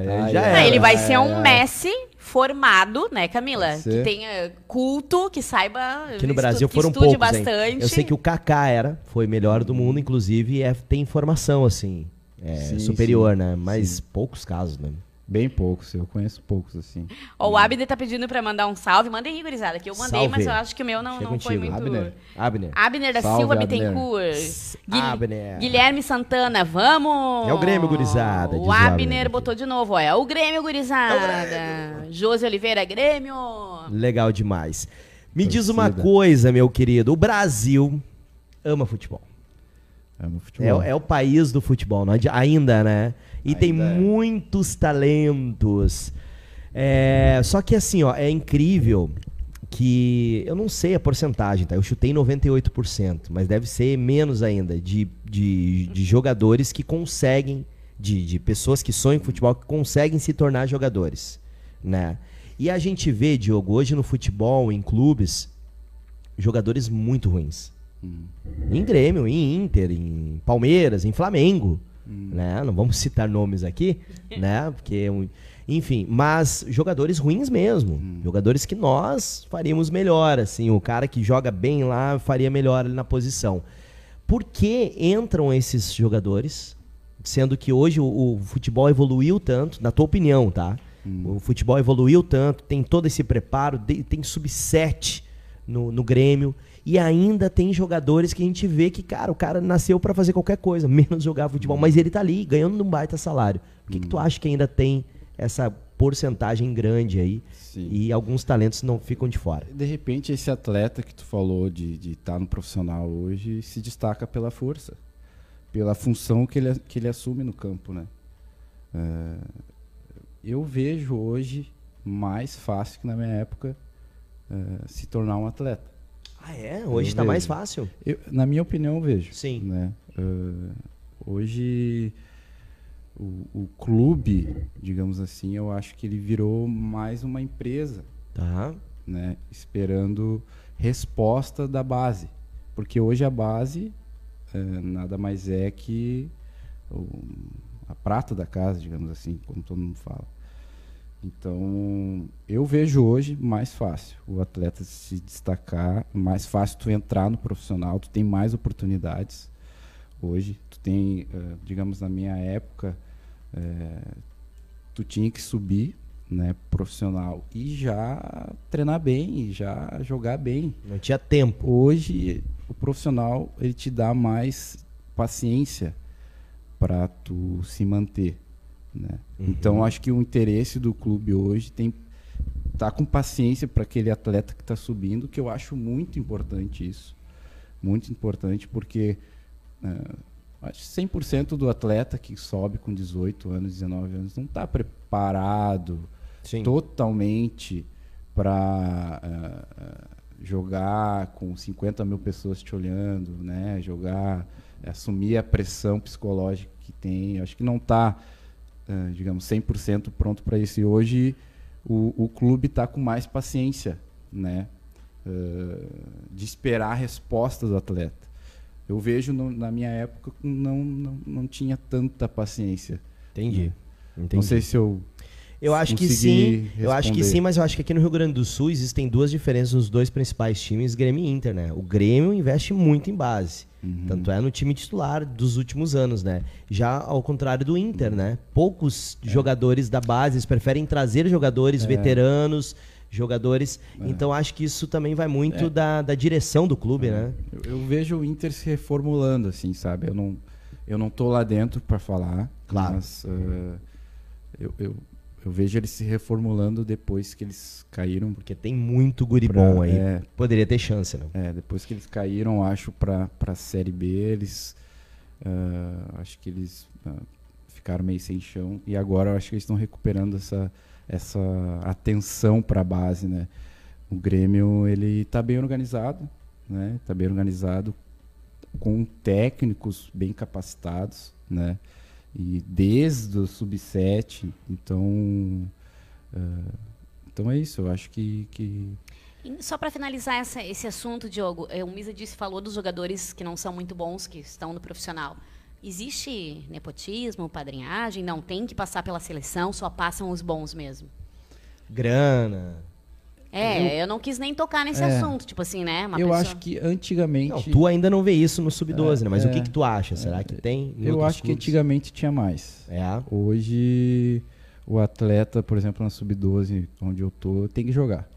Speaker 2: E aí?
Speaker 3: aí?
Speaker 1: já
Speaker 3: Não,
Speaker 2: Não,
Speaker 1: era.
Speaker 2: ele vai ser
Speaker 3: é,
Speaker 2: um
Speaker 3: é.
Speaker 2: Messi formado, né, Camila?
Speaker 3: Pode ser.
Speaker 2: Que tenha culto, que saiba.
Speaker 1: Aqui no
Speaker 2: estu-
Speaker 1: Brasil
Speaker 2: que
Speaker 1: foram
Speaker 2: estude
Speaker 1: poucos, hein?
Speaker 2: bastante.
Speaker 1: Eu sei que o Kaká era, foi melhor do mundo, inclusive, e é, tem informação, assim. é,
Speaker 3: Sim,
Speaker 1: superior,
Speaker 3: sim,
Speaker 1: né? Mas poucos casos, né?
Speaker 3: Bem poucos, eu conheço poucos, assim.
Speaker 2: Ó, o Abner tá pedindo pra mandar um salve. Mandem aí, gurizada, que eu mandei,
Speaker 1: Salve.
Speaker 2: mas eu acho que o meu não,
Speaker 1: Chega
Speaker 2: não foi
Speaker 1: contigo.
Speaker 2: muito...
Speaker 3: Abner.
Speaker 1: Abner.
Speaker 2: Abner da
Speaker 3: Salve,
Speaker 2: Silva
Speaker 3: Abner.
Speaker 2: Bittencourt. Guil-
Speaker 1: Abner.
Speaker 2: Guilherme Santana, vamos!
Speaker 1: É o Grêmio, gurizada, diz o
Speaker 2: O Abner,
Speaker 1: Abner.
Speaker 2: botou de novo, ó. É o Grêmio, gurizada. Josi Oliveira, Grêmio.
Speaker 1: Legal demais. Me diz uma
Speaker 3: Torcida.
Speaker 1: coisa, meu querido. O Brasil ama futebol.
Speaker 3: Amo
Speaker 1: É,
Speaker 3: futebol.
Speaker 1: o- é o país do futebol, não adi- ainda, né? E tem
Speaker 3: Ainda é.
Speaker 1: muitos talentos. É, só que assim, ó, é incrível que. Eu não sei a porcentagem, tá? Eu chutei 98%, mas deve ser menos ainda de, de, de jogadores que conseguem. De, de pessoas que sonham com futebol, que conseguem se tornar jogadores, né? E a gente vê, Diogo, hoje no futebol, em clubes, jogadores muito ruins. Em Grêmio, em Inter, em Palmeiras, em Flamengo. Né? Não vamos citar nomes aqui, né? Porque, um- enfim, mas jogadores ruins mesmo. Jogadores que nós faríamos melhor, assim. O cara que joga bem lá faria melhor ali na posição. Por que entram esses jogadores? Sendo que hoje o, o futebol evoluiu tanto, na tua opinião, tá? O futebol evoluiu tanto, tem todo esse preparo, de- tem sub-7 no, no Grêmio. E ainda tem jogadores que a gente vê que, cara, o cara nasceu pra fazer qualquer coisa, menos jogar futebol. Mas ele tá ali, ganhando um baita salário. O que, que tu acha que ainda tem essa porcentagem grande aí?
Speaker 3: Sim.
Speaker 1: E alguns talentos não ficam de fora.
Speaker 3: De repente, esse atleta que tu falou de estar de tá no profissional hoje se destaca pela força, pela função que ele, que ele assume no campo, né? É, eu vejo hoje mais fácil que na minha época é, se tornar um atleta.
Speaker 1: Ah, é? Hoje
Speaker 3: Eu
Speaker 1: tá mais
Speaker 3: vejo.
Speaker 1: fácil?
Speaker 3: Eu- na minha opinião, eu vejo.
Speaker 1: Sim.
Speaker 3: né? Ah, hoje, o, o clube, digamos assim, eu acho que ele virou mais uma empresa,
Speaker 1: Tá.
Speaker 3: né? Esperando resposta da base. Porque hoje a base ah, nada mais é que o- a prata da casa, digamos assim, como todo mundo fala. Então, eu vejo hoje mais fácil o atleta se destacar, mais fácil tu entrar no profissional, tu tem mais oportunidades hoje. Tu tem, eh, digamos, na minha época, eh, tu tinha que subir, né, profissional e já treinar bem, e já jogar bem.
Speaker 1: Não tinha tempo.
Speaker 3: Hoje, o profissional, ele te dá mais paciência para tu se manter, né? Então, acho que o interesse do clube hoje tem tá com paciência para aquele atleta que está subindo, que eu acho muito importante isso. Muito importante porque eh, acho que 100% do atleta que sobe com 18 anos, 19 anos, não está preparado
Speaker 1: Sim.
Speaker 3: totalmente para jogar com 50 mil pessoas te olhando, né? Jogar, assumir a pressão psicológica que tem. Eu acho que não está, digamos, 100% pronto para isso. E hoje o, o clube está com mais paciência, né? Ah, de esperar a resposta do atleta. Eu vejo no- na minha época que não, não, não tinha tanta paciência.
Speaker 1: Entendi. Entendi.
Speaker 3: Não sei se eu
Speaker 1: Eu acho que sim.
Speaker 3: conseguir
Speaker 1: Eu acho que
Speaker 3: responder.
Speaker 1: sim, mas eu acho que aqui no Rio Grande do Sul existem duas diferenças nos dois principais times, Grêmio e Inter, né? O Grêmio investe muito em base.
Speaker 3: Uhum.
Speaker 1: Tanto é no time titular dos últimos anos, né? Já ao contrário do Inter, né? Poucos
Speaker 3: É.
Speaker 1: jogadores da base eles preferem trazer jogadores veteranos, jogadores.
Speaker 3: É.
Speaker 1: Então acho que isso também vai muito da, da direção do clube,
Speaker 3: É.
Speaker 1: né?
Speaker 3: Eu, eu vejo o Inter se reformulando, assim, sabe? Eu não, eu não tô lá dentro para falar,
Speaker 1: Claro.
Speaker 3: mas eh, eu, eu, eu vejo ele se reformulando depois que eles caíram.
Speaker 1: Porque tem muito guri
Speaker 3: Pra-
Speaker 1: bom aí.
Speaker 3: é.
Speaker 1: Poderia ter chance, né?
Speaker 3: É, depois que eles caíram, acho, para a Série B, eles. eh, acho que eles ah, ficaram meio sem chão. E agora eu acho que eles estão recuperando essa, essa atenção para a base, né? O Grêmio, ele tá bem organizado, né? Tá bem organizado, com técnicos bem capacitados, né? E desde o sub-7, então. eh, então é isso, eu acho que- que
Speaker 2: E só pra finalizar essa- esse assunto, Diogo, eh, o Misa disse, falou dos jogadores que não são muito bons, que estão no profissional. Existe nepotismo, padrinhagem? Não, tem que passar pela seleção, só passam os bons mesmo.
Speaker 1: Grana.
Speaker 2: É, eu, não quis nem tocar nesse assunto, tipo assim, né? Uma
Speaker 3: É. eu
Speaker 2: pessoa-
Speaker 3: acho que antigamente.
Speaker 1: Não, tu ainda não vê isso no sub-12, né? Mas o que que tu acha? Será que tem? em
Speaker 3: É, eu
Speaker 1: outros
Speaker 3: acho que
Speaker 1: clubes?
Speaker 3: antigamente tinha mais.
Speaker 1: É.
Speaker 3: Hoje, o atleta, por exemplo, na sub-12, onde eu tô, tem que jogar.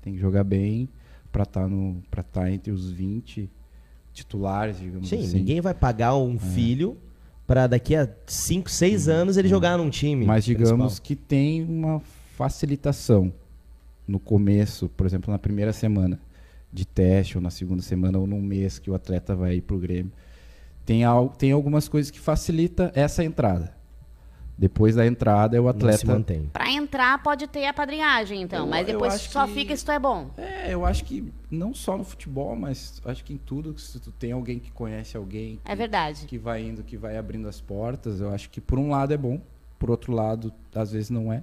Speaker 3: Tem que jogar bem pra estar no para tá entre os 20 titulares, digamos
Speaker 1: Sim,
Speaker 3: assim.
Speaker 1: ninguém vai pagar um filho pra daqui a 5, 6 anos ele jogar num time.
Speaker 3: Mas
Speaker 1: é principal.
Speaker 3: digamos que tem uma facilitação no começo, por exemplo, na primeira semana de teste, ou na segunda semana, ou num mês que o atleta vai ir pro Grêmio. Tem, al tem algumas coisas que facilita essa entrada. Depois da entrada, é o
Speaker 1: Não se
Speaker 3: atleta
Speaker 1: mantém.
Speaker 2: Pra entrar pode ter a padrinhagem, então.
Speaker 3: Eu-
Speaker 2: mas
Speaker 3: eu
Speaker 2: depois
Speaker 3: acho
Speaker 2: só
Speaker 3: que-
Speaker 2: fica se tu é bom.
Speaker 3: É, eu acho que não só no futebol, mas acho que em tudo, se tu tem alguém que conhece alguém, que,
Speaker 2: É verdade.
Speaker 3: que vai indo, que vai abrindo as portas, eu acho que por um lado é bom, por outro lado, às vezes não é.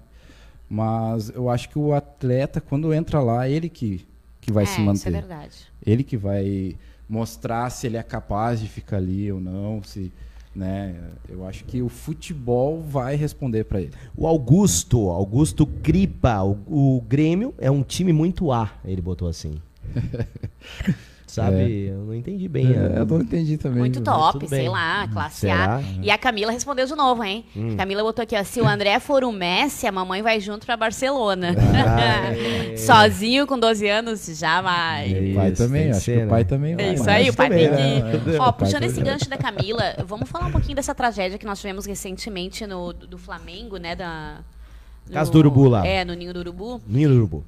Speaker 3: Mas eu acho que o atleta, quando entra lá, é ele que, que vai
Speaker 2: é,
Speaker 3: se manter.
Speaker 2: Isso é verdade.
Speaker 3: ele que vai mostrar se ele é capaz de ficar ali ou não, se. Né? Eu acho que o futebol vai responder pra ele.
Speaker 1: O Augusto, Augusto Cripa, o, o Grêmio é um time muito A, ele botou assim. Sabe,
Speaker 3: É.
Speaker 1: É, eu não entendi bem. a-
Speaker 3: entendi também.
Speaker 2: Muito
Speaker 1: tudo
Speaker 2: top,
Speaker 1: bem.
Speaker 2: sei lá,
Speaker 3: Hum,
Speaker 2: classe
Speaker 1: Será?
Speaker 2: A. E a Camila respondeu de novo, hein? A Camila botou aqui, ó. Se o André for o Messi, a mamãe vai junto pra Barcelona.
Speaker 3: Ah, é.
Speaker 2: Sozinho com 12 anos, jamais.
Speaker 3: O pai
Speaker 1: Isso,
Speaker 3: também,
Speaker 1: tem que
Speaker 3: acho
Speaker 1: ser,
Speaker 3: que
Speaker 1: né?
Speaker 3: o pai também
Speaker 2: É
Speaker 3: vai.
Speaker 2: isso
Speaker 3: né?
Speaker 2: aí, o pai tem
Speaker 1: também,
Speaker 2: que. Ó,
Speaker 3: O pai
Speaker 2: puxando esse
Speaker 3: também.
Speaker 2: gancho da Camila, vamos falar um pouquinho dessa tragédia que nós tivemos recentemente no, do Flamengo, né? Da, no-
Speaker 1: Caso do Urubu lá.
Speaker 2: É, no Ninho do Urubu.
Speaker 1: Nilo Urubu.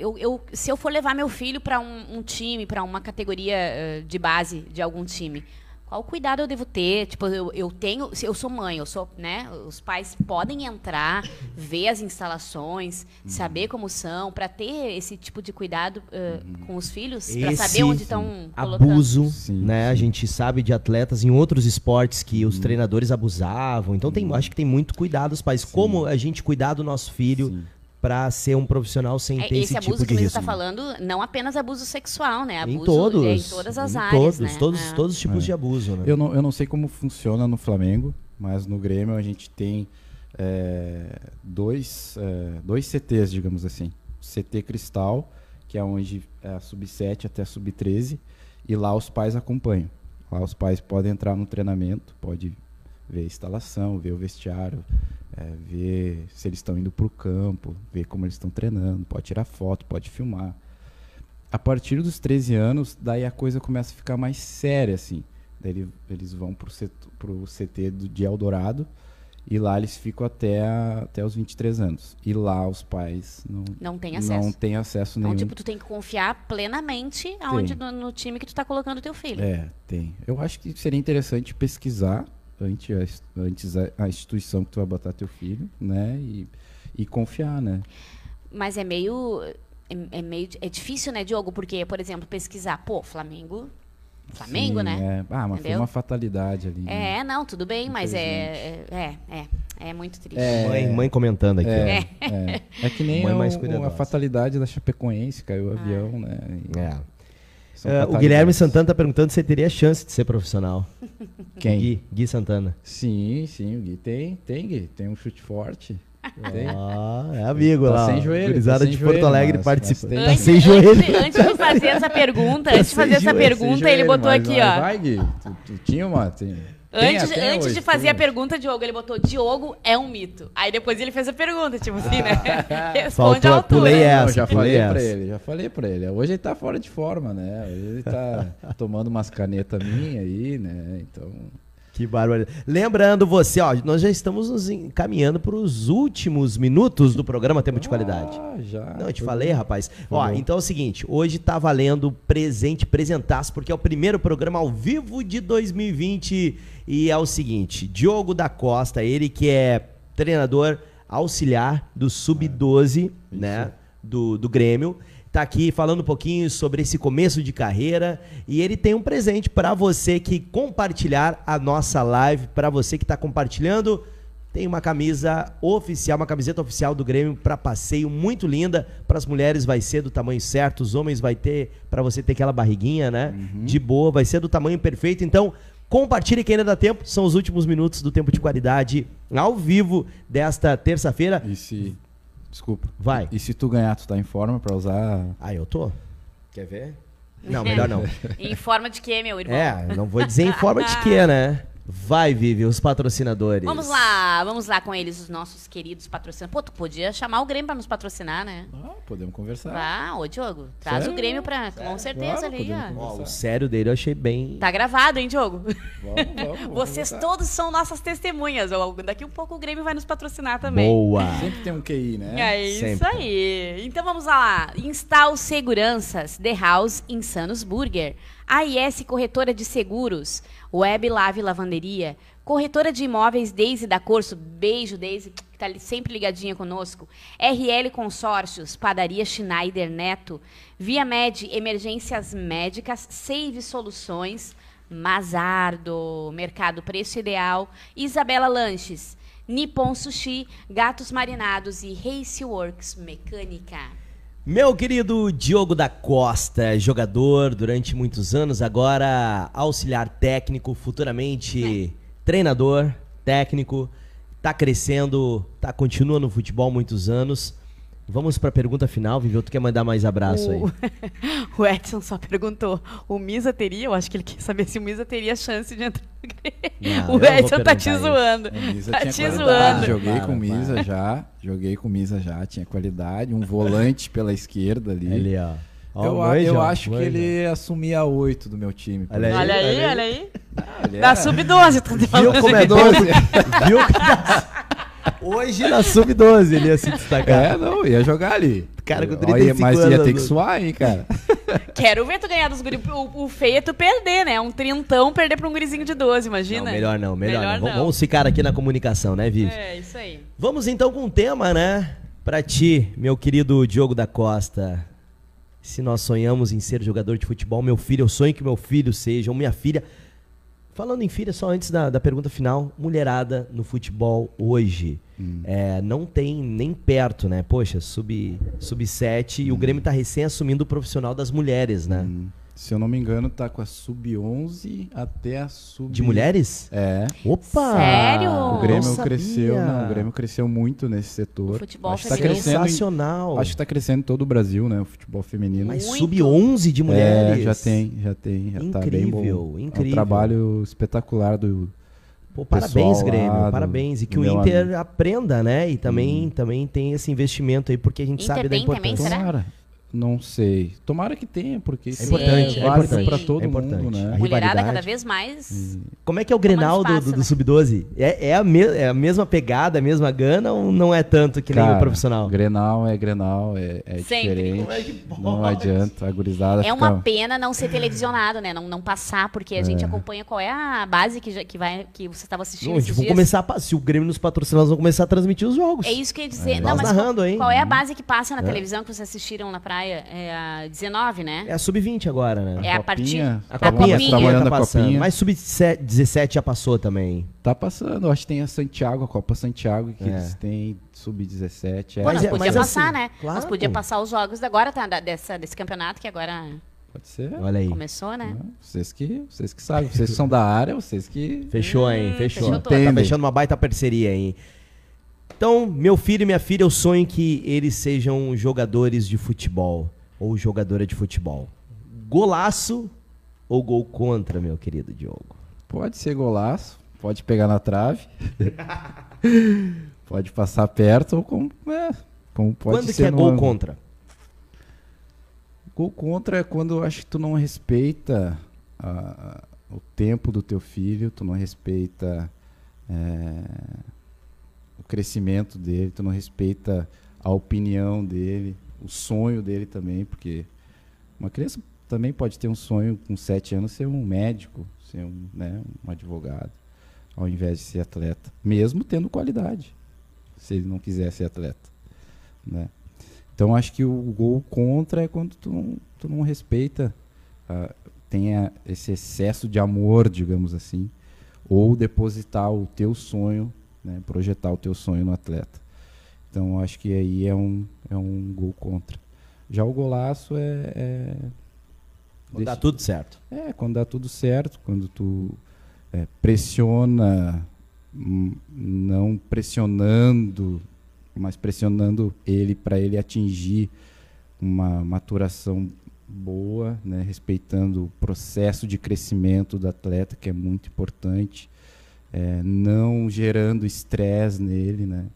Speaker 2: Eu, eu- se eu for levar meu filho para um, um time, para uma categoria eh, de base de algum time, qual cuidado eu devo ter? Tipo, eu, eu tenho, se eu sou mãe, eu sou, né? Os pais podem entrar, ver as instalações, saber como são, para ter esse tipo de cuidado eh, com os filhos, para saber onde estão colocando.
Speaker 1: Uhum. abuso,
Speaker 3: Sim, Hum.
Speaker 1: né? A gente sabe de atletas em outros esportes que os treinadores abusavam. Então tem, acho que tem muito cuidado os pais. Como a gente cuidar do nosso filho pra ser um profissional sem
Speaker 2: É,
Speaker 1: ter esse,
Speaker 2: esse abuso
Speaker 1: tipo de
Speaker 2: que você
Speaker 1: risco?
Speaker 2: está falando, não apenas abuso sexual, né? Abuso
Speaker 1: em todos,
Speaker 2: é, em todas as
Speaker 1: em
Speaker 2: áreas,
Speaker 1: todos,
Speaker 2: né?
Speaker 1: todos,
Speaker 2: É.
Speaker 1: todos os tipos de abuso, né?
Speaker 3: Eu não, eu não sei como funciona no Flamengo, mas no Grêmio a gente tem é, dois, é, dois CTs, digamos assim. CT Cristal, que é onde é a sub-7 até a sub-13, e lá os pais acompanham. Lá os pais podem entrar no treinamento, pode ver a instalação, ver o vestiário, é, ver se eles estão indo para o campo, ver como eles estão treinando, pode tirar foto, pode filmar. A partir dos 13 anos, daí a coisa começa a ficar mais séria, assim. Daí ele- eles vão pro, seto- pro CT do, de Eldorado e lá eles ficam até, a- até os 23 anos. E lá os pais não,
Speaker 2: Não tem acesso.
Speaker 3: não têm acesso
Speaker 2: Então,
Speaker 3: nenhum.
Speaker 2: tipo, tu tem que confiar plenamente aonde no, no time que tu tá colocando teu filho.
Speaker 3: É, tem. Eu acho que seria interessante pesquisar ante a is- antes a, a instituição que tu vai botar teu filho, né? E, e confiar, né?
Speaker 2: Mas é meio. É, é meio. É difícil, né, Diogo? Porque, por exemplo, pesquisar, pô, Flamengo. Flamengo,
Speaker 3: Sim,
Speaker 2: né?
Speaker 3: é. Ah, mas foi
Speaker 2: Entendeu?
Speaker 3: uma fatalidade ali. né?
Speaker 2: É. não, tudo bem, mas é. É, é. É muito triste.
Speaker 1: Mãe, mãe comentando aqui. ó.
Speaker 3: É. É que nem
Speaker 1: Mãe
Speaker 3: a-
Speaker 1: mais
Speaker 3: o- a
Speaker 1: cuidadosa.
Speaker 3: fatalidade da Chapecoense, caiu
Speaker 2: Ah.
Speaker 3: o avião, né? E
Speaker 1: É. Ah,
Speaker 3: são
Speaker 1: o
Speaker 3: fatalidades.
Speaker 1: Guilherme Santana tá perguntando se você teria chance de ser profissional.
Speaker 3: Quem?
Speaker 1: Gui, Gui Santana.
Speaker 3: Sim, sim, o Gui tem, tem, Gui, tem um chute forte. Tem.
Speaker 1: Ah, é amigo
Speaker 3: Tá
Speaker 1: lá.
Speaker 3: sem
Speaker 1: ó.
Speaker 3: joelho,
Speaker 1: Gurizada
Speaker 3: tá sem
Speaker 1: de Porto
Speaker 3: joelho,
Speaker 1: Alegre
Speaker 3: mas-
Speaker 1: participando.
Speaker 3: mas
Speaker 1: Tá
Speaker 3: tem-
Speaker 1: sem
Speaker 2: antes,
Speaker 1: joelho.
Speaker 2: antes de fazer essa pergunta, antes de fazer essa
Speaker 3: Tá Sem joelho,
Speaker 2: pergunta,
Speaker 3: sem
Speaker 2: ele botou
Speaker 3: joelho, mas
Speaker 2: aqui, ó.
Speaker 3: Vai, Gui, tu, tu tinha uma? Tem, tem
Speaker 2: Antes,
Speaker 3: até
Speaker 2: antes
Speaker 3: hoje,
Speaker 2: de fazer a
Speaker 3: tem.
Speaker 2: pergunta, Diogo, ele botou Diogo é um mito. Aí depois ele fez a pergunta, tipo assim, né? Responde
Speaker 1: Faltou,
Speaker 2: à altura.
Speaker 1: pulei essa.
Speaker 3: Não, já
Speaker 1: pulei
Speaker 3: falei
Speaker 1: essa.
Speaker 3: pra ele, já falei pra ele. Hoje ele tá fora de forma, né? Hoje ele tá tomando umas canetas minhas aí, né? Então.
Speaker 1: Que barbaridade. Lembrando você, ó, nós já estamos nos encaminhando para os últimos minutos do programa Tempo de Qualidade.
Speaker 3: Ah, já.
Speaker 1: Não, eu te
Speaker 3: Foi
Speaker 1: falei, rapaz. Ó,
Speaker 3: bom.
Speaker 1: então é o seguinte, hoje tá valendo presente, presentaço, porque é o primeiro programa ao vivo de 2020 e é o seguinte, Diogo da Costa, ele que é treinador auxiliar do Sub-12, né, do, do Grêmio, tá aqui falando um pouquinho sobre esse começo de carreira e ele tem um presente pra você que compartilhar a nossa live, pra você que tá compartilhando, tem uma camisa oficial, uma camiseta oficial do Grêmio para passeio, muito linda. Para as mulheres vai ser do tamanho certo, os homens vai ter para você ter aquela barriguinha, né? De boa, vai ser do tamanho perfeito. Então, compartilhe que ainda dá tempo. São os últimos minutos do tempo de qualidade ao vivo desta terça-feira.
Speaker 3: E se, Desculpa.
Speaker 1: Vai.
Speaker 3: E se tu ganhar, tu tá em forma pra usar.
Speaker 1: Ah, eu tô. Quer ver? Não,
Speaker 2: É.
Speaker 1: melhor não.
Speaker 2: Em forma de quê, meu irmão?
Speaker 1: É, não vou dizer em forma de quê, né? Vai, Vivi, os patrocinadores.
Speaker 2: Vamos lá, vamos lá com eles, os nossos queridos patrocinadores. Pô, tu podia chamar o Grêmio pra nos patrocinar, né?
Speaker 3: Ah, podemos conversar.
Speaker 2: Vá, ô Diogo, traz
Speaker 3: Sério?
Speaker 2: o Grêmio pra. Com certeza
Speaker 3: Claro,
Speaker 2: ali,
Speaker 3: podemos
Speaker 2: ó.
Speaker 1: Ó, o sério dele eu achei bem.
Speaker 2: Tá gravado, hein, Diogo?
Speaker 3: Vamos, vamos, vamos
Speaker 2: Vocês
Speaker 3: conversar.
Speaker 2: todos são nossas testemunhas. Ó, Daqui um pouco o Grêmio vai nos patrocinar também.
Speaker 1: Boa.
Speaker 3: Sempre tem um QI, né?
Speaker 2: É isso
Speaker 1: sempre.
Speaker 2: aí. Então vamos lá. Instal Seguranças, The House, Insanos Burger, AIS Corretora de Seguros, Web Lave Lavanderia, Corretora de Imóveis Deise da Corso, beijo Deise, que tá ali sempre ligadinha conosco, RL Consórcios, Padaria Schneider Neto, Via Med, Emergências Médicas, Save Soluções, Mazardo, Mercado Preço Ideal, Isabela Lanches, Nippon Sushi, Gatos Marinados e Race Works Mecânica.
Speaker 1: Meu querido Diogo da Costa, jogador durante muitos anos, agora auxiliar técnico, futuramente treinador técnico, tá crescendo, tá continua no futebol há muitos anos. Vamos pra pergunta final, Vivi, ou tu quer mandar mais abraço aí?
Speaker 2: O Edson só perguntou: o Misa teria? Eu acho que ele quer saber se o Misa teria chance de entrar no Grêmio.
Speaker 1: Não, Ah, eu não
Speaker 2: o
Speaker 1: vou
Speaker 2: Edson tá te
Speaker 1: perguntar isso.
Speaker 2: zoando.
Speaker 3: O É, Misa
Speaker 2: Tá
Speaker 3: tinha
Speaker 2: te
Speaker 3: qualidade.
Speaker 2: zoando.
Speaker 3: Joguei
Speaker 1: Para,
Speaker 3: com o Misa
Speaker 1: para.
Speaker 3: já. Joguei com o Misa já, tinha qualidade. Um volante pela esquerda ali.
Speaker 1: Ali, ó. é- Ó,
Speaker 3: eu,
Speaker 1: o
Speaker 3: a-
Speaker 1: Manjo,
Speaker 3: eu
Speaker 1: ó,
Speaker 3: acho
Speaker 1: o
Speaker 3: que
Speaker 1: Manjo.
Speaker 3: ele assumia a 8 do meu time. por
Speaker 1: Olha aí. É.
Speaker 3: exemplo.
Speaker 2: Olha aí, olha aí.
Speaker 3: Ele
Speaker 2: Da
Speaker 3: era-
Speaker 2: sub-12, tá
Speaker 1: Viu
Speaker 2: falando.
Speaker 1: como é doce? Viu? tá- Hoje na sub-12 ele ia se destacar.
Speaker 3: É, não, ia jogar ali.
Speaker 1: Cara com
Speaker 3: Olha,
Speaker 1: 35
Speaker 3: Mas ia ter
Speaker 1: anos. né?
Speaker 3: que suar, hein, cara.
Speaker 2: Quero ver tu ganhar dos guris. O, o feio é tu perder, né? Um trintão perder pra um gurizinho de 12, imagina.
Speaker 1: Não, melhor não, melhor, não. Vamos- Vamos ficar aqui na comunicação, né, Vivi?
Speaker 2: É, isso aí.
Speaker 1: Vamos então com um tema, né? Pra ti, meu querido Diogo da Costa. Se nós sonhamos em ser jogador de futebol, meu filho, eu sonho que meu filho seja, ou minha filha. Falando em filha, só antes da, da pergunta final, mulherada no futebol hoje.
Speaker 3: Hum.
Speaker 1: É, não tem nem perto, né? Poxa, sub-7 e o
Speaker 3: Hum.
Speaker 1: Grêmio tá recém assumindo o profissional das mulheres, né?
Speaker 3: Se eu não me engano, tá com a sub-11 até a sub...
Speaker 1: De mulheres?
Speaker 3: É.
Speaker 1: Opa!
Speaker 2: Sério?
Speaker 3: O
Speaker 2: Não
Speaker 3: Grêmio
Speaker 1: Não
Speaker 3: cresceu,
Speaker 1: sabia.
Speaker 3: não, o Grêmio cresceu muito nesse setor.
Speaker 2: O futebol
Speaker 3: acho que tá
Speaker 2: feminino.
Speaker 3: crescendo em,
Speaker 1: Sensacional.
Speaker 3: Acho que tá crescendo em todo o Brasil, né, o futebol feminino.
Speaker 1: Mas
Speaker 2: Muito.
Speaker 1: sub-11 de mulheres.
Speaker 3: É, já tem, já tem, já tá bem bom.
Speaker 1: Incrível,
Speaker 3: É um
Speaker 1: incrível.
Speaker 3: trabalho espetacular do
Speaker 1: Pô,
Speaker 3: pessoal
Speaker 1: parabéns,
Speaker 3: lá
Speaker 1: Grêmio,
Speaker 3: do-
Speaker 1: parabéns. E que
Speaker 3: do
Speaker 1: o
Speaker 3: meu
Speaker 1: Inter
Speaker 3: amigo.
Speaker 1: aprenda, né? E também, também tem esse investimento aí, porque a gente
Speaker 2: Inter
Speaker 1: sabe da
Speaker 2: tem também,
Speaker 1: importância.
Speaker 2: será?
Speaker 3: Tomara. Não sei. Tomara que tenha, porque isso
Speaker 1: importante,
Speaker 2: é
Speaker 3: válido
Speaker 2: importante,
Speaker 3: pra todo
Speaker 1: é importante.
Speaker 3: mundo, né?
Speaker 1: A
Speaker 2: Mulherada
Speaker 1: rivalidade.
Speaker 2: cada vez mais.
Speaker 1: Como é que é o Grenal do,
Speaker 2: espaço,
Speaker 1: do- do
Speaker 2: né?
Speaker 1: Sub-12? É, é, a me- é a mesma pegada, a mesma gana ou não é tanto que nem
Speaker 3: Cara,
Speaker 1: o profissional?
Speaker 3: Grenal é Grenal, é, é
Speaker 2: Sempre. Como
Speaker 3: diferente. não adianta, a gurizada
Speaker 2: É uma
Speaker 3: fica-
Speaker 2: pena não ser televisionado, né? Não, não passar, porque a gente acompanha qual é a base que, já- que, vai, que você estava assistindo
Speaker 1: Não,
Speaker 2: esses
Speaker 1: tipo, vão
Speaker 2: dias.
Speaker 1: começar a pa- se o Grêmio nos patrocinar, nós vamos começar a transmitir os jogos.
Speaker 2: É isso que eu ia dizer.
Speaker 1: Nós
Speaker 2: Não, mas qual,
Speaker 1: narrando, hein?
Speaker 2: qual é a base que passa na televisão que vocês assistiram na praia? É a 19, né?
Speaker 1: É a Sub-20 agora, né?
Speaker 2: É a partir-
Speaker 3: Copinha,
Speaker 2: a
Speaker 3: tá
Speaker 2: Copinha.
Speaker 3: trabalhando
Speaker 1: tá
Speaker 3: a
Speaker 1: passando,
Speaker 3: Copinha.
Speaker 1: Mas Sub-17 já passou também.
Speaker 3: Tá passando, eu acho que tem a Santiago, a Copa Santiago, que
Speaker 1: É.
Speaker 3: eles têm sub-17. É,
Speaker 2: Pô,
Speaker 1: Mas
Speaker 2: nós
Speaker 1: é-
Speaker 2: podíamos
Speaker 1: mas assim,
Speaker 2: passar, né? Nós
Speaker 1: claro.
Speaker 2: podíamos passar os jogos agora, tá? Da- dessa, desse campeonato que agora
Speaker 1: é
Speaker 3: Pode ser.
Speaker 1: Olha aí.
Speaker 2: começou, né?
Speaker 3: Não, Vocês que, vocês que sabem, vocês que são da área, vocês que.
Speaker 1: Fechou, hein? Fechou.
Speaker 2: fechou
Speaker 1: tá
Speaker 2: toda.
Speaker 3: Entendem.
Speaker 1: fechando uma baita parceria, hein? Então, meu filho e minha filha, eu sonho que eles sejam jogadores de futebol ou jogadora de futebol. Golaço ou gol contra, meu querido Diogo?
Speaker 3: Pode ser golaço, pode pegar na trave, pode passar perto ou como. É, como pode
Speaker 1: Quando
Speaker 3: ser
Speaker 1: que é gol
Speaker 3: numa-
Speaker 1: contra?
Speaker 3: Gol contra é quando eu acho que tu não respeita ah, o tempo do teu filho, tu não respeita eh, o crescimento dele, tu não respeita a opinião dele, o sonho dele também, porque uma criança também pode ter um sonho com sete anos ser um médico, ser um, né, um advogado, ao invés de ser atleta, mesmo tendo qualidade, se ele não quiser ser atleta, né? Então acho que o gol contra é quando tu não, tu não respeita, ah, tenha esse excesso de amor, digamos assim, ou depositar o teu sonho, né, projetar o teu sonho no atleta. Então acho que aí é um, é um gol contra. Já o golaço é. é
Speaker 1: Ou Dá
Speaker 3: deixa-
Speaker 1: tudo certo.
Speaker 3: é, quando dá tudo certo, quando tu é, pressiona, hum, não pressionando mas pressionando ele para ele atingir uma maturação boa, né, respeitando o processo de crescimento do atleta, que é muito importante, é, não gerando estresse nele, né?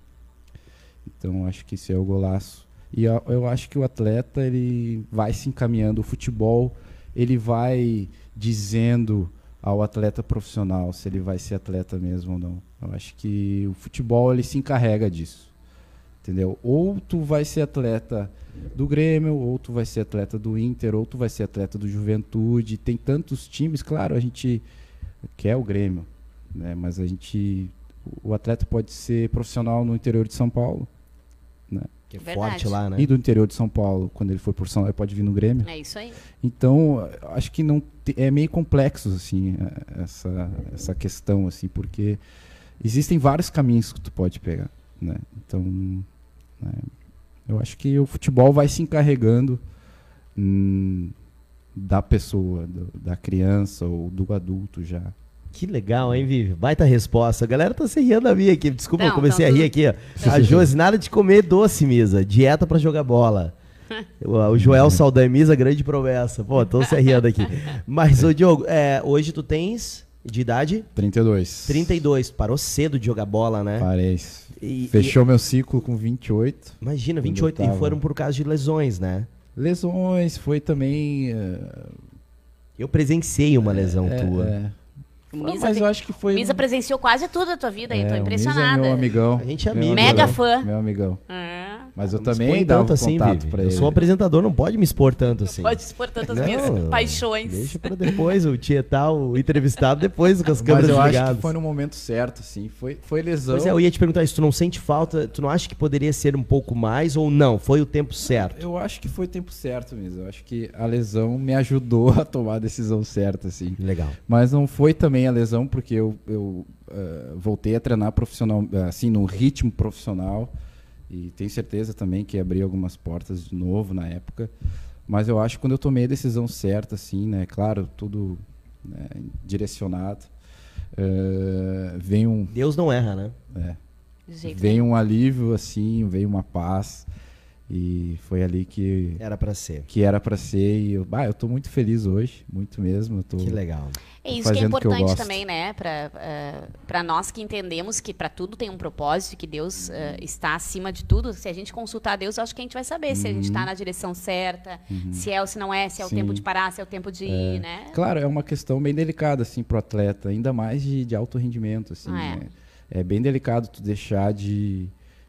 Speaker 3: Então acho que esse é o golaço. E eu, eu acho que o atleta ele vai se encaminhando, o futebol ele vai dizendo ao atleta profissional se ele vai ser atleta mesmo ou não. Eu acho que o futebol ele se encarrega disso entendeu? Ou tu vai ser atleta do Grêmio, ou tu vai ser atleta do Inter, ou tu vai ser atleta do Juventude. Tem tantos times, claro, a gente quer o Grêmio, né? Mas a gente o atleta pode ser profissional no interior de São Paulo, né?
Speaker 1: Que é
Speaker 2: Verdade.
Speaker 1: forte lá, né?
Speaker 3: E do interior de São Paulo, quando ele for por São, ele pode vir no Grêmio.
Speaker 2: É isso aí.
Speaker 3: Então, acho que não te- é meio complexo assim a- essa essa questão assim, porque existem vários caminhos que tu pode pegar, né? Então, né, eu acho que o futebol vai se encarregando hum, da pessoa, do- da criança ou do adulto já.
Speaker 1: Que legal, hein, Vivi? Baita resposta. A galera tá se rindo da minha aqui. Desculpa,
Speaker 2: Não,
Speaker 1: eu comecei
Speaker 2: tá
Speaker 1: a rir
Speaker 2: tudo-
Speaker 1: aqui, ó. A Josi, nada de comer doce, Misa. Dieta pra jogar bola. O o Joel Saldanha, Misa, grande promessa. Pô, tô se rindo aqui. Mas, ô Diogo, é, hoje tu tens, de idade,
Speaker 3: 32.
Speaker 1: 32. Parou cedo de jogar bola, né?
Speaker 3: Parei.
Speaker 1: E-
Speaker 3: Fechou meu ciclo com 28.
Speaker 1: Imagina,
Speaker 3: Quando eu
Speaker 1: 28.
Speaker 3: tava.
Speaker 1: E foram por causa de lesões, né?
Speaker 3: Lesões, foi também eh,
Speaker 1: Eu presenciei uma lesão
Speaker 3: é,
Speaker 1: tua.
Speaker 3: é. Não,
Speaker 2: Misa
Speaker 3: mas
Speaker 2: tem-
Speaker 3: eu acho que foi
Speaker 2: Misa presenciou quase tudo da tua vida aí,
Speaker 3: É,
Speaker 2: tô
Speaker 3: o
Speaker 2: impressionada.
Speaker 3: Misa é meu amigão.
Speaker 1: A gente é
Speaker 3: meu
Speaker 1: amigo.
Speaker 2: Mega
Speaker 3: amigão,
Speaker 2: fã.
Speaker 3: Meu amigão.
Speaker 2: Ah,
Speaker 3: Mas eu
Speaker 1: Não me
Speaker 3: também
Speaker 1: expõe
Speaker 3: dava um
Speaker 1: tanto assim,
Speaker 3: contato
Speaker 1: Vivi.
Speaker 3: pra
Speaker 1: Eu
Speaker 3: ele.
Speaker 1: sou apresentador, não pode me expor tanto assim.
Speaker 2: Pode expor tantas
Speaker 1: Não,
Speaker 2: minhas paixões.
Speaker 1: Deixa pra depois o tietar o entrevistado depois com as
Speaker 3: Mas
Speaker 1: câmeras
Speaker 3: eu acho
Speaker 1: ligadas.
Speaker 3: que foi no momento certo, assim. Foi, foi lesão.
Speaker 1: Pois é, eu ia te perguntar isso, tu não sente falta, tu não acha que poderia ser um pouco mais ou não? Foi o tempo certo.
Speaker 3: Eu acho que foi tempo certo mesmo. Eu acho que a lesão me ajudou a tomar a decisão certa, assim.
Speaker 1: Legal.
Speaker 3: Mas não foi também a lesão, porque eu, eu eh, voltei a treinar profissional, assim, no ritmo profissional. E tenho certeza também que abri algumas portas de novo na época. Mas eu acho que quando eu tomei a decisão certa, assim, né? Claro, tudo né, direcionado. eh, vem um,
Speaker 1: Deus não erra, né?
Speaker 2: De jeito
Speaker 3: vem um alívio, assim, veio uma paz. E foi ali que,
Speaker 1: Era pra ser.
Speaker 3: que era para ser. E eu, bah, eu tô muito feliz hoje, muito mesmo. Eu tô,
Speaker 1: Que legal.
Speaker 2: É isso que é
Speaker 3: fazendo o que eu
Speaker 2: importante
Speaker 3: gosto.
Speaker 2: também, né? Pra, eh, pra nós que entendemos que pra tudo tem um propósito, que Deus eh, está acima de tudo. Se a gente consultar a Deus, eu acho que a gente vai saber se a gente está na direção certa, se é ou se não é, se é o
Speaker 3: Sim.
Speaker 2: tempo de parar, se é o tempo de ir, né?
Speaker 3: Claro, é uma questão bem delicada, assim, pro atleta, ainda mais de, de alto rendimento, assim,
Speaker 2: Ah, é.
Speaker 3: né? É bem delicado tu deixar de,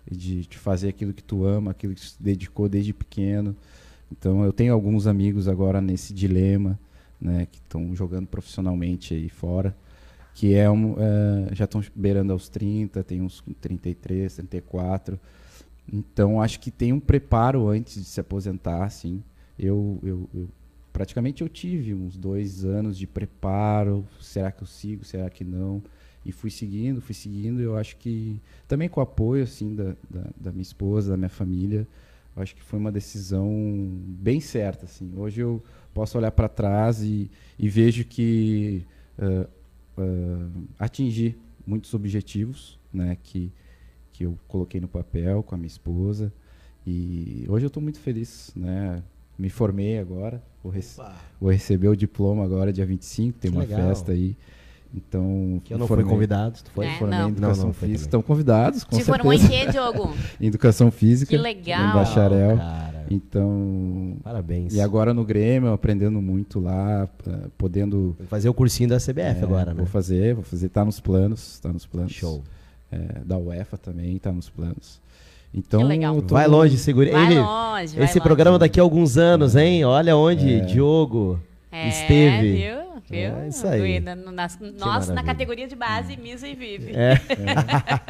Speaker 3: de, de fazer aquilo que tu ama, aquilo que tu se dedicou desde pequeno. Então, eu tenho alguns amigos agora nesse dilema, né, que estão jogando profissionalmente aí fora, que é um, é, já estão beirando aos 30, tem uns com 33, 34. Então, acho que tem um preparo antes de se aposentar, assim. Eu, eu, eu- praticamente eu tive uns dois anos de preparo. Será que eu sigo? Será que não? E fui seguindo, fui seguindo. Eu acho que também com o apoio assim da, da, da minha esposa, da minha família, eu acho que foi uma decisão bem certa. Assim, hoje eu posso olhar para trás e, e vejo que ah, ah, atingi muitos objetivos, né? Que que eu coloquei no papel com a minha esposa e hoje eu estou muito feliz, né? Me formei agora, vou, rece- vou receber o diploma agora dia 25, tem
Speaker 1: Que
Speaker 3: uma
Speaker 1: legal.
Speaker 3: festa aí. Então,
Speaker 1: Que eu não
Speaker 3: me
Speaker 1: fui
Speaker 3: formei-
Speaker 1: convidado, tu foi?
Speaker 2: É,
Speaker 3: Me formei
Speaker 2: não.
Speaker 3: em educação
Speaker 1: Não, não foi
Speaker 3: física.
Speaker 1: também.
Speaker 3: Estão convidados, com
Speaker 2: Te
Speaker 3: certeza.
Speaker 2: formou em quê, Diogo?
Speaker 3: Em educação física.
Speaker 2: Que legal.
Speaker 3: Em bacharel.
Speaker 1: Ah, Cara,
Speaker 3: Então,
Speaker 1: parabéns.
Speaker 3: e agora no Grêmio, aprendendo muito lá, eh, podendo
Speaker 1: Vou fazer o cursinho da CBF
Speaker 3: É,
Speaker 1: agora, né?
Speaker 3: Vou fazer, vou fazer, tá nos planos, tá nos planos.
Speaker 1: Show.
Speaker 3: É, da UEFA também, tá nos planos. Então,
Speaker 2: Que legal.
Speaker 3: eu tô-
Speaker 1: Vai longe, segura.
Speaker 2: Vai
Speaker 1: Ele-
Speaker 2: longe, vai
Speaker 1: Esse
Speaker 2: longe.
Speaker 1: programa daqui a alguns anos, hein? Olha onde Diogo
Speaker 2: É,
Speaker 1: esteve.
Speaker 2: Viu? Viu?
Speaker 1: É isso aí.
Speaker 2: Na- na- nas- nós,
Speaker 1: maravilha.
Speaker 2: na categoria de base, Misa e
Speaker 1: É.
Speaker 2: Vive.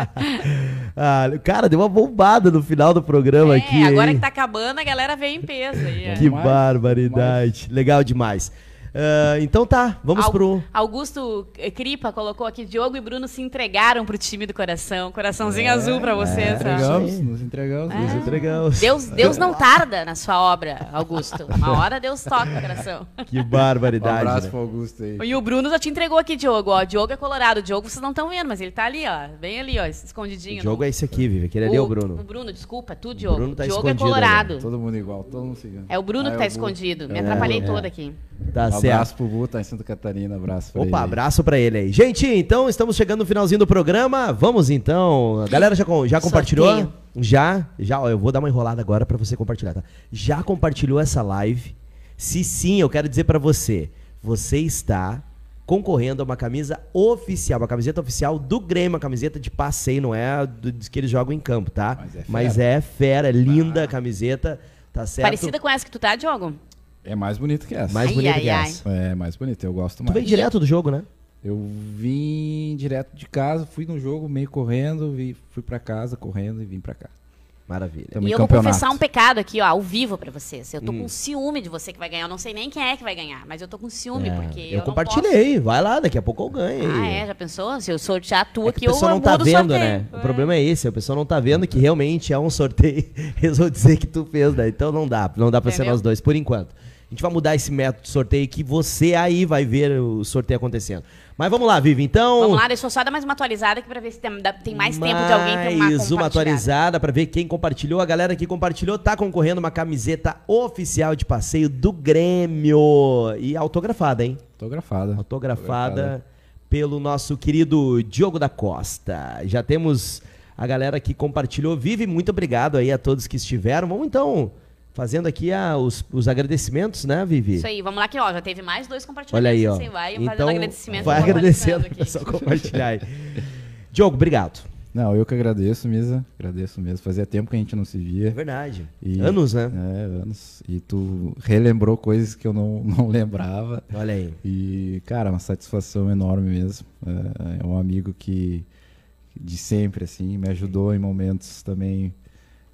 Speaker 1: Ah, cara, deu uma bombada no final do programa aqui.
Speaker 2: É, agora
Speaker 1: hein?
Speaker 2: que tá acabando, a galera veio em peso aí. é.
Speaker 1: Que
Speaker 3: Mais,
Speaker 1: barbaridade. Legal demais. Ah, então tá, vamos
Speaker 2: Au-
Speaker 1: pro.
Speaker 2: Augusto eh, Cripa colocou aqui: Diogo e Bruno se entregaram pro time do coração. Coraçãozinho azul pra vocês. É.
Speaker 3: É,
Speaker 2: ó.
Speaker 1: É.
Speaker 3: entregamos, nos entregamos.
Speaker 1: Nos entregamos.
Speaker 2: Deus, Deus não tarda na sua obra, Augusto. Uma hora Deus toca o coração.
Speaker 1: Que
Speaker 3: Um
Speaker 1: barbaridade.
Speaker 3: abraço
Speaker 1: né?
Speaker 3: pro Augusto aí.
Speaker 2: E o Bruno já te entregou aqui, Diogo. Ó, Diogo é colorado. Diogo vocês não estão vendo, mas ele tá ali, ó. Bem ali, ó, escondidinho.
Speaker 1: O jogo é esse aqui, Vivi. Aquele ali é o Bruno.
Speaker 2: O Bruno, desculpa, tu, Diogo.
Speaker 1: Bruno tá
Speaker 2: Diogo é
Speaker 1: escondido ali,
Speaker 2: colorado.
Speaker 3: Todo mundo igual, todo mundo seguindo.
Speaker 2: É o Bruno
Speaker 3: Ah,
Speaker 2: que tá
Speaker 3: Gu.
Speaker 2: escondido. Me
Speaker 3: É,
Speaker 2: atrapalhei
Speaker 3: é.
Speaker 2: toda aqui.
Speaker 1: Tá
Speaker 3: um
Speaker 1: certo.
Speaker 3: abraço pro Bu, tá em Santa Catarina, abraço pra ele.
Speaker 1: Opa, abraço pra ele aí. Gente, então estamos chegando no finalzinho do programa. Vamos então. A galera já, com- já compartilhou?
Speaker 2: Sorteio.
Speaker 1: Já, já, ó, eu vou dar uma enrolada agora pra você compartilhar, tá? Já compartilhou essa live? Se sim, eu quero dizer pra você, você está concorrendo a uma camisa oficial, uma camiseta oficial do Grêmio, uma camiseta de passeio, não é a do, dos que eles jogam em campo, tá?
Speaker 3: Mas é fera. Ah.
Speaker 1: Mas é fera, é linda a camiseta, tá certo?
Speaker 2: Parecida com essa que tu tá, Diogo?
Speaker 3: É mais bonito que essa.
Speaker 1: Mais
Speaker 2: Ai,
Speaker 1: bonita
Speaker 2: ai,
Speaker 1: que
Speaker 2: ai.
Speaker 1: essa.
Speaker 3: É mais bonito, eu gosto
Speaker 1: Tu
Speaker 3: mais.
Speaker 1: veio direto do jogo, né?
Speaker 3: Eu vim direto de casa, fui no jogo meio correndo, vi- fui pra casa correndo e vim pra cá.
Speaker 1: Maravilha.
Speaker 3: Tamo
Speaker 2: e
Speaker 3: em
Speaker 2: eu vou
Speaker 3: campeonato.
Speaker 2: confessar um pecado aqui, ó, ao vivo pra vocês. Eu tô
Speaker 1: Hum.
Speaker 2: com ciúme de você que vai ganhar. Eu não sei nem quem é que vai ganhar, mas eu tô com ciúme,
Speaker 1: É,
Speaker 2: porque.
Speaker 1: eu,
Speaker 2: não
Speaker 1: compartilhei, vai lá, daqui a pouco eu ganho.
Speaker 2: posso- Ah,
Speaker 1: aí.
Speaker 2: é? Já pensou? Se eu sortear a tua
Speaker 1: É
Speaker 2: aqui,
Speaker 1: que o
Speaker 2: eu
Speaker 1: pessoal não tá
Speaker 2: mudo o
Speaker 1: vendo,
Speaker 2: sorteio.
Speaker 1: né? O problema é esse, o pessoal não tá vendo que realmente é um sorteio. Resolvi dizer que tu fez, né? Então não dá, não dá pra ser
Speaker 2: Entendeu?
Speaker 1: nós dois, por enquanto. A gente vai mudar esse método de sorteio que você aí vai ver o sorteio acontecendo. Mas vamos lá, Vivi, então...
Speaker 2: Vamos lá, deixa eu só dar mais uma atualizada aqui pra ver se tem, dá- tem mais, tempo de alguém ter uma
Speaker 1: Mais uma
Speaker 2: compartilhada.
Speaker 1: atualizada pra ver quem compartilhou. A galera que compartilhou tá concorrendo uma camiseta oficial de passeio do Grêmio. E autografada, hein?
Speaker 3: Autografada.
Speaker 1: autografada pelo nosso querido Diogo da Costa. Já temos a galera que compartilhou. Vive, muito obrigado aí a todos que estiveram. Vamos então fazendo aqui a- os, os agradecimentos, né, Vivi?
Speaker 2: Isso aí, vamos lá que ó, já teve mais dois compartilhamentos.
Speaker 1: Olha aí, ó.
Speaker 2: assim, vai fazendo
Speaker 1: então,
Speaker 2: agradecimento.
Speaker 1: vai
Speaker 2: eu vou
Speaker 1: agradecendo, é
Speaker 2: atualizando aqui.
Speaker 1: só compartilhar aí. Diogo, obrigado.
Speaker 3: Não, eu que agradeço, Misa. Agradeço mesmo. Fazia tempo que a gente não se
Speaker 1: É
Speaker 3: via.
Speaker 1: verdade.
Speaker 3: E-
Speaker 1: Anos, né?
Speaker 3: É, anos. E tu relembrou coisas que eu não, não lembrava.
Speaker 1: Olha aí.
Speaker 3: E, cara, é uma satisfação enorme mesmo. É, é um amigo que de sempre, assim, me ajudou em momentos também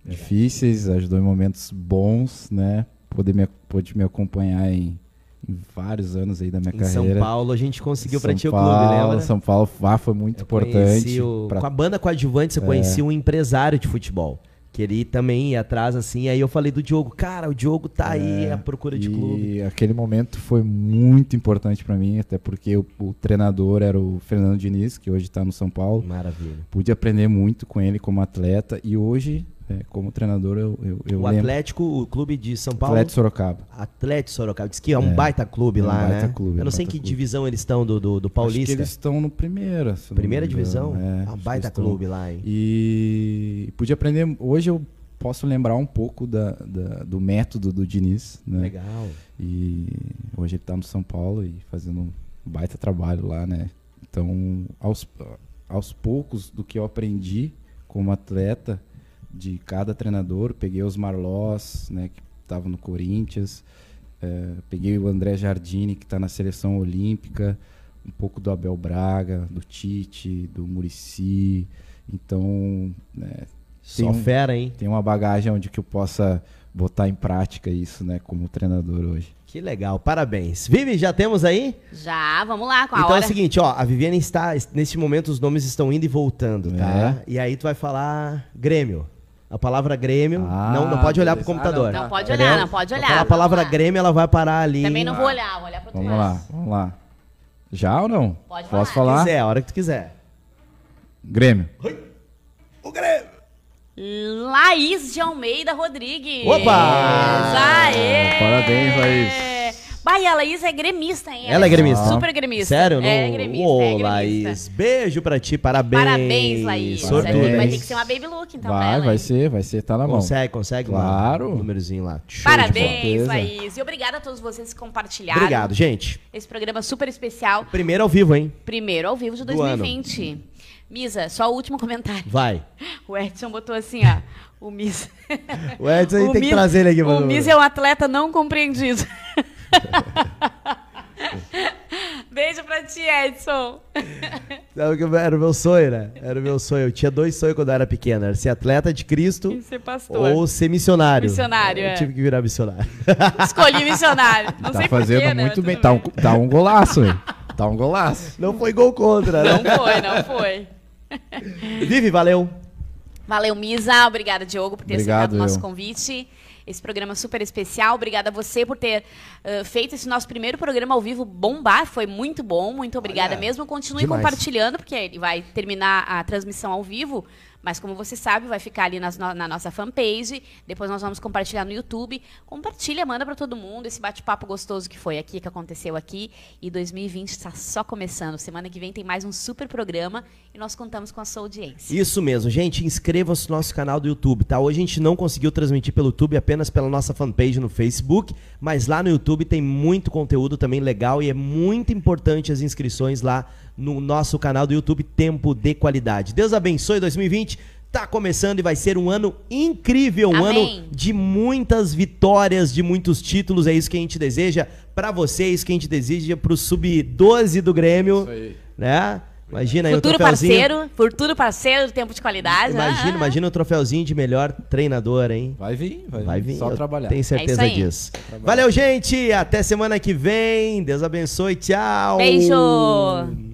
Speaker 3: difíceis, ajudou em momentos bons, né? Poder me, pôde me acompanhar em, em vários anos aí da minha
Speaker 1: Em São
Speaker 3: carreira.
Speaker 1: Paulo a gente conseguiu pra ti o clube,
Speaker 3: Paulo,
Speaker 1: lembra?
Speaker 3: São Paulo ah, foi muito
Speaker 1: Eu
Speaker 3: importante.
Speaker 1: conheci o-
Speaker 3: pra- É.
Speaker 1: Com a banda coadjuvante, você conhecia um empresário de futebol. Que ele também ia atrás, assim. Aí eu falei do Diogo. Cara, o Diogo tá aí à procura de
Speaker 3: É, e
Speaker 1: clube.
Speaker 3: aquele momento foi muito importante pra mim, até porque o, o treinador era o Fernando Diniz, que hoje tá no São Paulo.
Speaker 1: Maravilha.
Speaker 3: Pude aprender muito com ele como atleta e hoje, é, como treinador, eu, eu, eu
Speaker 1: o
Speaker 3: lembro.
Speaker 1: Atlético, o clube de São Paulo.
Speaker 3: Atlético
Speaker 1: Atlético,
Speaker 3: Sorocaba.
Speaker 1: Sorocaba. Diz que é um baita clube
Speaker 3: é um
Speaker 1: lá,
Speaker 3: baita
Speaker 1: né?
Speaker 3: clube, é
Speaker 1: eu
Speaker 3: um
Speaker 1: não sei em
Speaker 3: baita
Speaker 1: que
Speaker 3: clube.
Speaker 1: divisão eles estão do, do, do
Speaker 3: Acho que
Speaker 1: Paulista.
Speaker 3: eles estão no primeira. se eu não
Speaker 1: Primeira
Speaker 3: me engano,
Speaker 1: divisão?
Speaker 3: É,
Speaker 1: É, um
Speaker 3: acho que
Speaker 1: baita
Speaker 3: eles tão-
Speaker 1: clube lá, hein?
Speaker 3: E pude aprender. Hoje eu posso lembrar um pouco da, da- do método do Diniz, né?
Speaker 1: Legal.
Speaker 3: E hoje ele tá no São Paulo e fazendo um baita trabalho lá, né? Então, aos, aos poucos do que eu aprendi como atleta de cada treinador, peguei os Marlós, né, que estavam no Corinthians, eh, peguei o André Jardine, que está na seleção olímpica, um pouco do Abel Braga, do Tite, do Murici. Então, né,
Speaker 1: Só
Speaker 3: um-
Speaker 1: fera, hein?
Speaker 3: tem uma bagagem onde que eu possa botar em prática isso, né, como treinador hoje.
Speaker 1: Que legal. Parabéns. Vivi, já temos aí?
Speaker 2: Já, vamos lá com a
Speaker 1: Então
Speaker 2: hora.
Speaker 1: é o seguinte, ó, a Viviane está, neste momento os nomes estão indo e voltando, tá? E aí tu vai falar Grêmio. A palavra Grêmio,
Speaker 3: Ah,
Speaker 1: não, não tá, pode olhar pro
Speaker 3: beleza.
Speaker 1: computador.
Speaker 3: Ah,
Speaker 2: não, pode
Speaker 1: entendeu?
Speaker 2: olhar, não pode
Speaker 1: Eu
Speaker 2: olhar.
Speaker 1: falar a
Speaker 2: vamos
Speaker 1: palavra
Speaker 2: lá.
Speaker 1: Grêmio, ela vai parar ali.
Speaker 2: Também não vou olhar, vou olhar pro
Speaker 3: Vamos
Speaker 2: Tomás.
Speaker 3: lá, vamos lá. Já ou não?
Speaker 2: Pode
Speaker 3: Posso
Speaker 1: Se
Speaker 3: falar?
Speaker 1: quiser, a hora que tu quiser.
Speaker 3: Grêmio.
Speaker 2: Laís de Almeida Rodrigues.
Speaker 1: Opa!
Speaker 2: Aê!
Speaker 3: Parabéns, Laís.
Speaker 2: Bah, e a Laís é gremista, hein?
Speaker 1: Ela é gremista?
Speaker 2: Super gremista.
Speaker 1: Sério?
Speaker 2: É
Speaker 1: Não-
Speaker 2: gremista,
Speaker 1: Ô,
Speaker 2: é gremista.
Speaker 1: Laís, beijo pra ti, parabéns.
Speaker 2: Parabéns, Laís.
Speaker 1: Sortuda.
Speaker 2: Aqui Vai
Speaker 3: Parabéns.
Speaker 2: ter que ser uma baby look, então, pra
Speaker 3: vai,
Speaker 2: ela.
Speaker 3: vai
Speaker 2: hein?
Speaker 3: ser, vai ser, tá na mão.
Speaker 1: Consegue, consegue.
Speaker 3: Claro.
Speaker 1: Um númerozinho lá. Show de bola.
Speaker 2: Parabéns,
Speaker 3: Beleza.
Speaker 2: Laís. E obrigada a todos vocês que compartilharam
Speaker 1: Obrigado, gente.
Speaker 2: esse programa super especial.
Speaker 1: Primeiro ao vivo, hein?
Speaker 2: Primeiro ao vivo de
Speaker 1: Do ano.
Speaker 2: 2020. Misa, só o último comentário.
Speaker 1: Vai.
Speaker 2: O Edson botou assim, ó. O Misa.
Speaker 1: O Edson aí
Speaker 2: O
Speaker 1: tem que
Speaker 2: Misa-
Speaker 1: trazer ele aqui.
Speaker 2: O Misa é um atleta não compreendido. Beijo pra ti, Edson.
Speaker 1: Sabe que Era o meu sonho, né? Era o meu sonho. Eu tinha dois sonhos quando eu era pequena. Era ser atleta de Cristo
Speaker 2: E ser é pastor.
Speaker 1: ou ser missionário.
Speaker 2: Missionário,
Speaker 1: Eu
Speaker 2: é.
Speaker 1: tive que virar missionário.
Speaker 2: Escolhi missionário. Não
Speaker 3: tá
Speaker 2: sei
Speaker 3: fazendo
Speaker 2: porquê, né?
Speaker 3: muito
Speaker 2: mas
Speaker 3: bem.
Speaker 2: tudo
Speaker 3: Tá um, tá um golaço, hein? Tá um golaço.
Speaker 1: Não foi gol contra, né?
Speaker 2: Não foi, não foi.
Speaker 1: Vive, valeu.
Speaker 2: Valeu, Misa. Obrigada, Diogo, por ter aceitado
Speaker 3: Obrigado,
Speaker 2: o nosso
Speaker 3: eu.
Speaker 2: convite. Esse programa é super especial. Obrigada a você por ter eh, feito esse nosso primeiro programa ao vivo bombar. Foi muito bom, muito obrigada mesmo. Continue
Speaker 1: demais.
Speaker 2: compartilhando, porque ele vai terminar a transmissão ao vivo. Mas como você sabe, vai ficar ali nas no- na nossa fanpage. Depois nós vamos compartilhar no YouTube. Compartilha, manda para todo mundo esse bate-papo gostoso que foi aqui, que aconteceu aqui. E 2020 está só começando. Semana que vem tem mais um super programa e nós contamos com a sua audiência.
Speaker 1: Isso mesmo, gente. Inscreva-se no nosso canal do YouTube, tá? Hoje a gente não conseguiu transmitir pelo YouTube, apenas pela nossa fanpage no Facebook, mas lá no YouTube tem muito conteúdo também legal e é muito importante as inscrições lá no nosso canal do YouTube Tempo de Qualidade. Deus abençoe 2020. Tá começando e vai ser um ano incrível, um
Speaker 2: Amém.
Speaker 1: ano de muitas vitórias, de muitos títulos. É isso que a gente deseja pra vocês, que a gente deseja pro sub-12 do Grêmio, né? Imagina aí o
Speaker 2: Futuro
Speaker 1: troféuzinho.
Speaker 2: parceiro, futuro parceiro do tempo de qualidade.
Speaker 1: Imagina,
Speaker 2: Ah,
Speaker 1: imagina o troféuzinho de melhor treinador, hein?
Speaker 3: Vai vir, vai,
Speaker 1: Vai vir.
Speaker 3: Só
Speaker 1: eu
Speaker 3: trabalhar.
Speaker 1: Tenho certeza
Speaker 2: É isso aí.
Speaker 1: disso. Valeu, gente. Até semana que vem. Deus abençoe. Tchau.
Speaker 2: Beijo!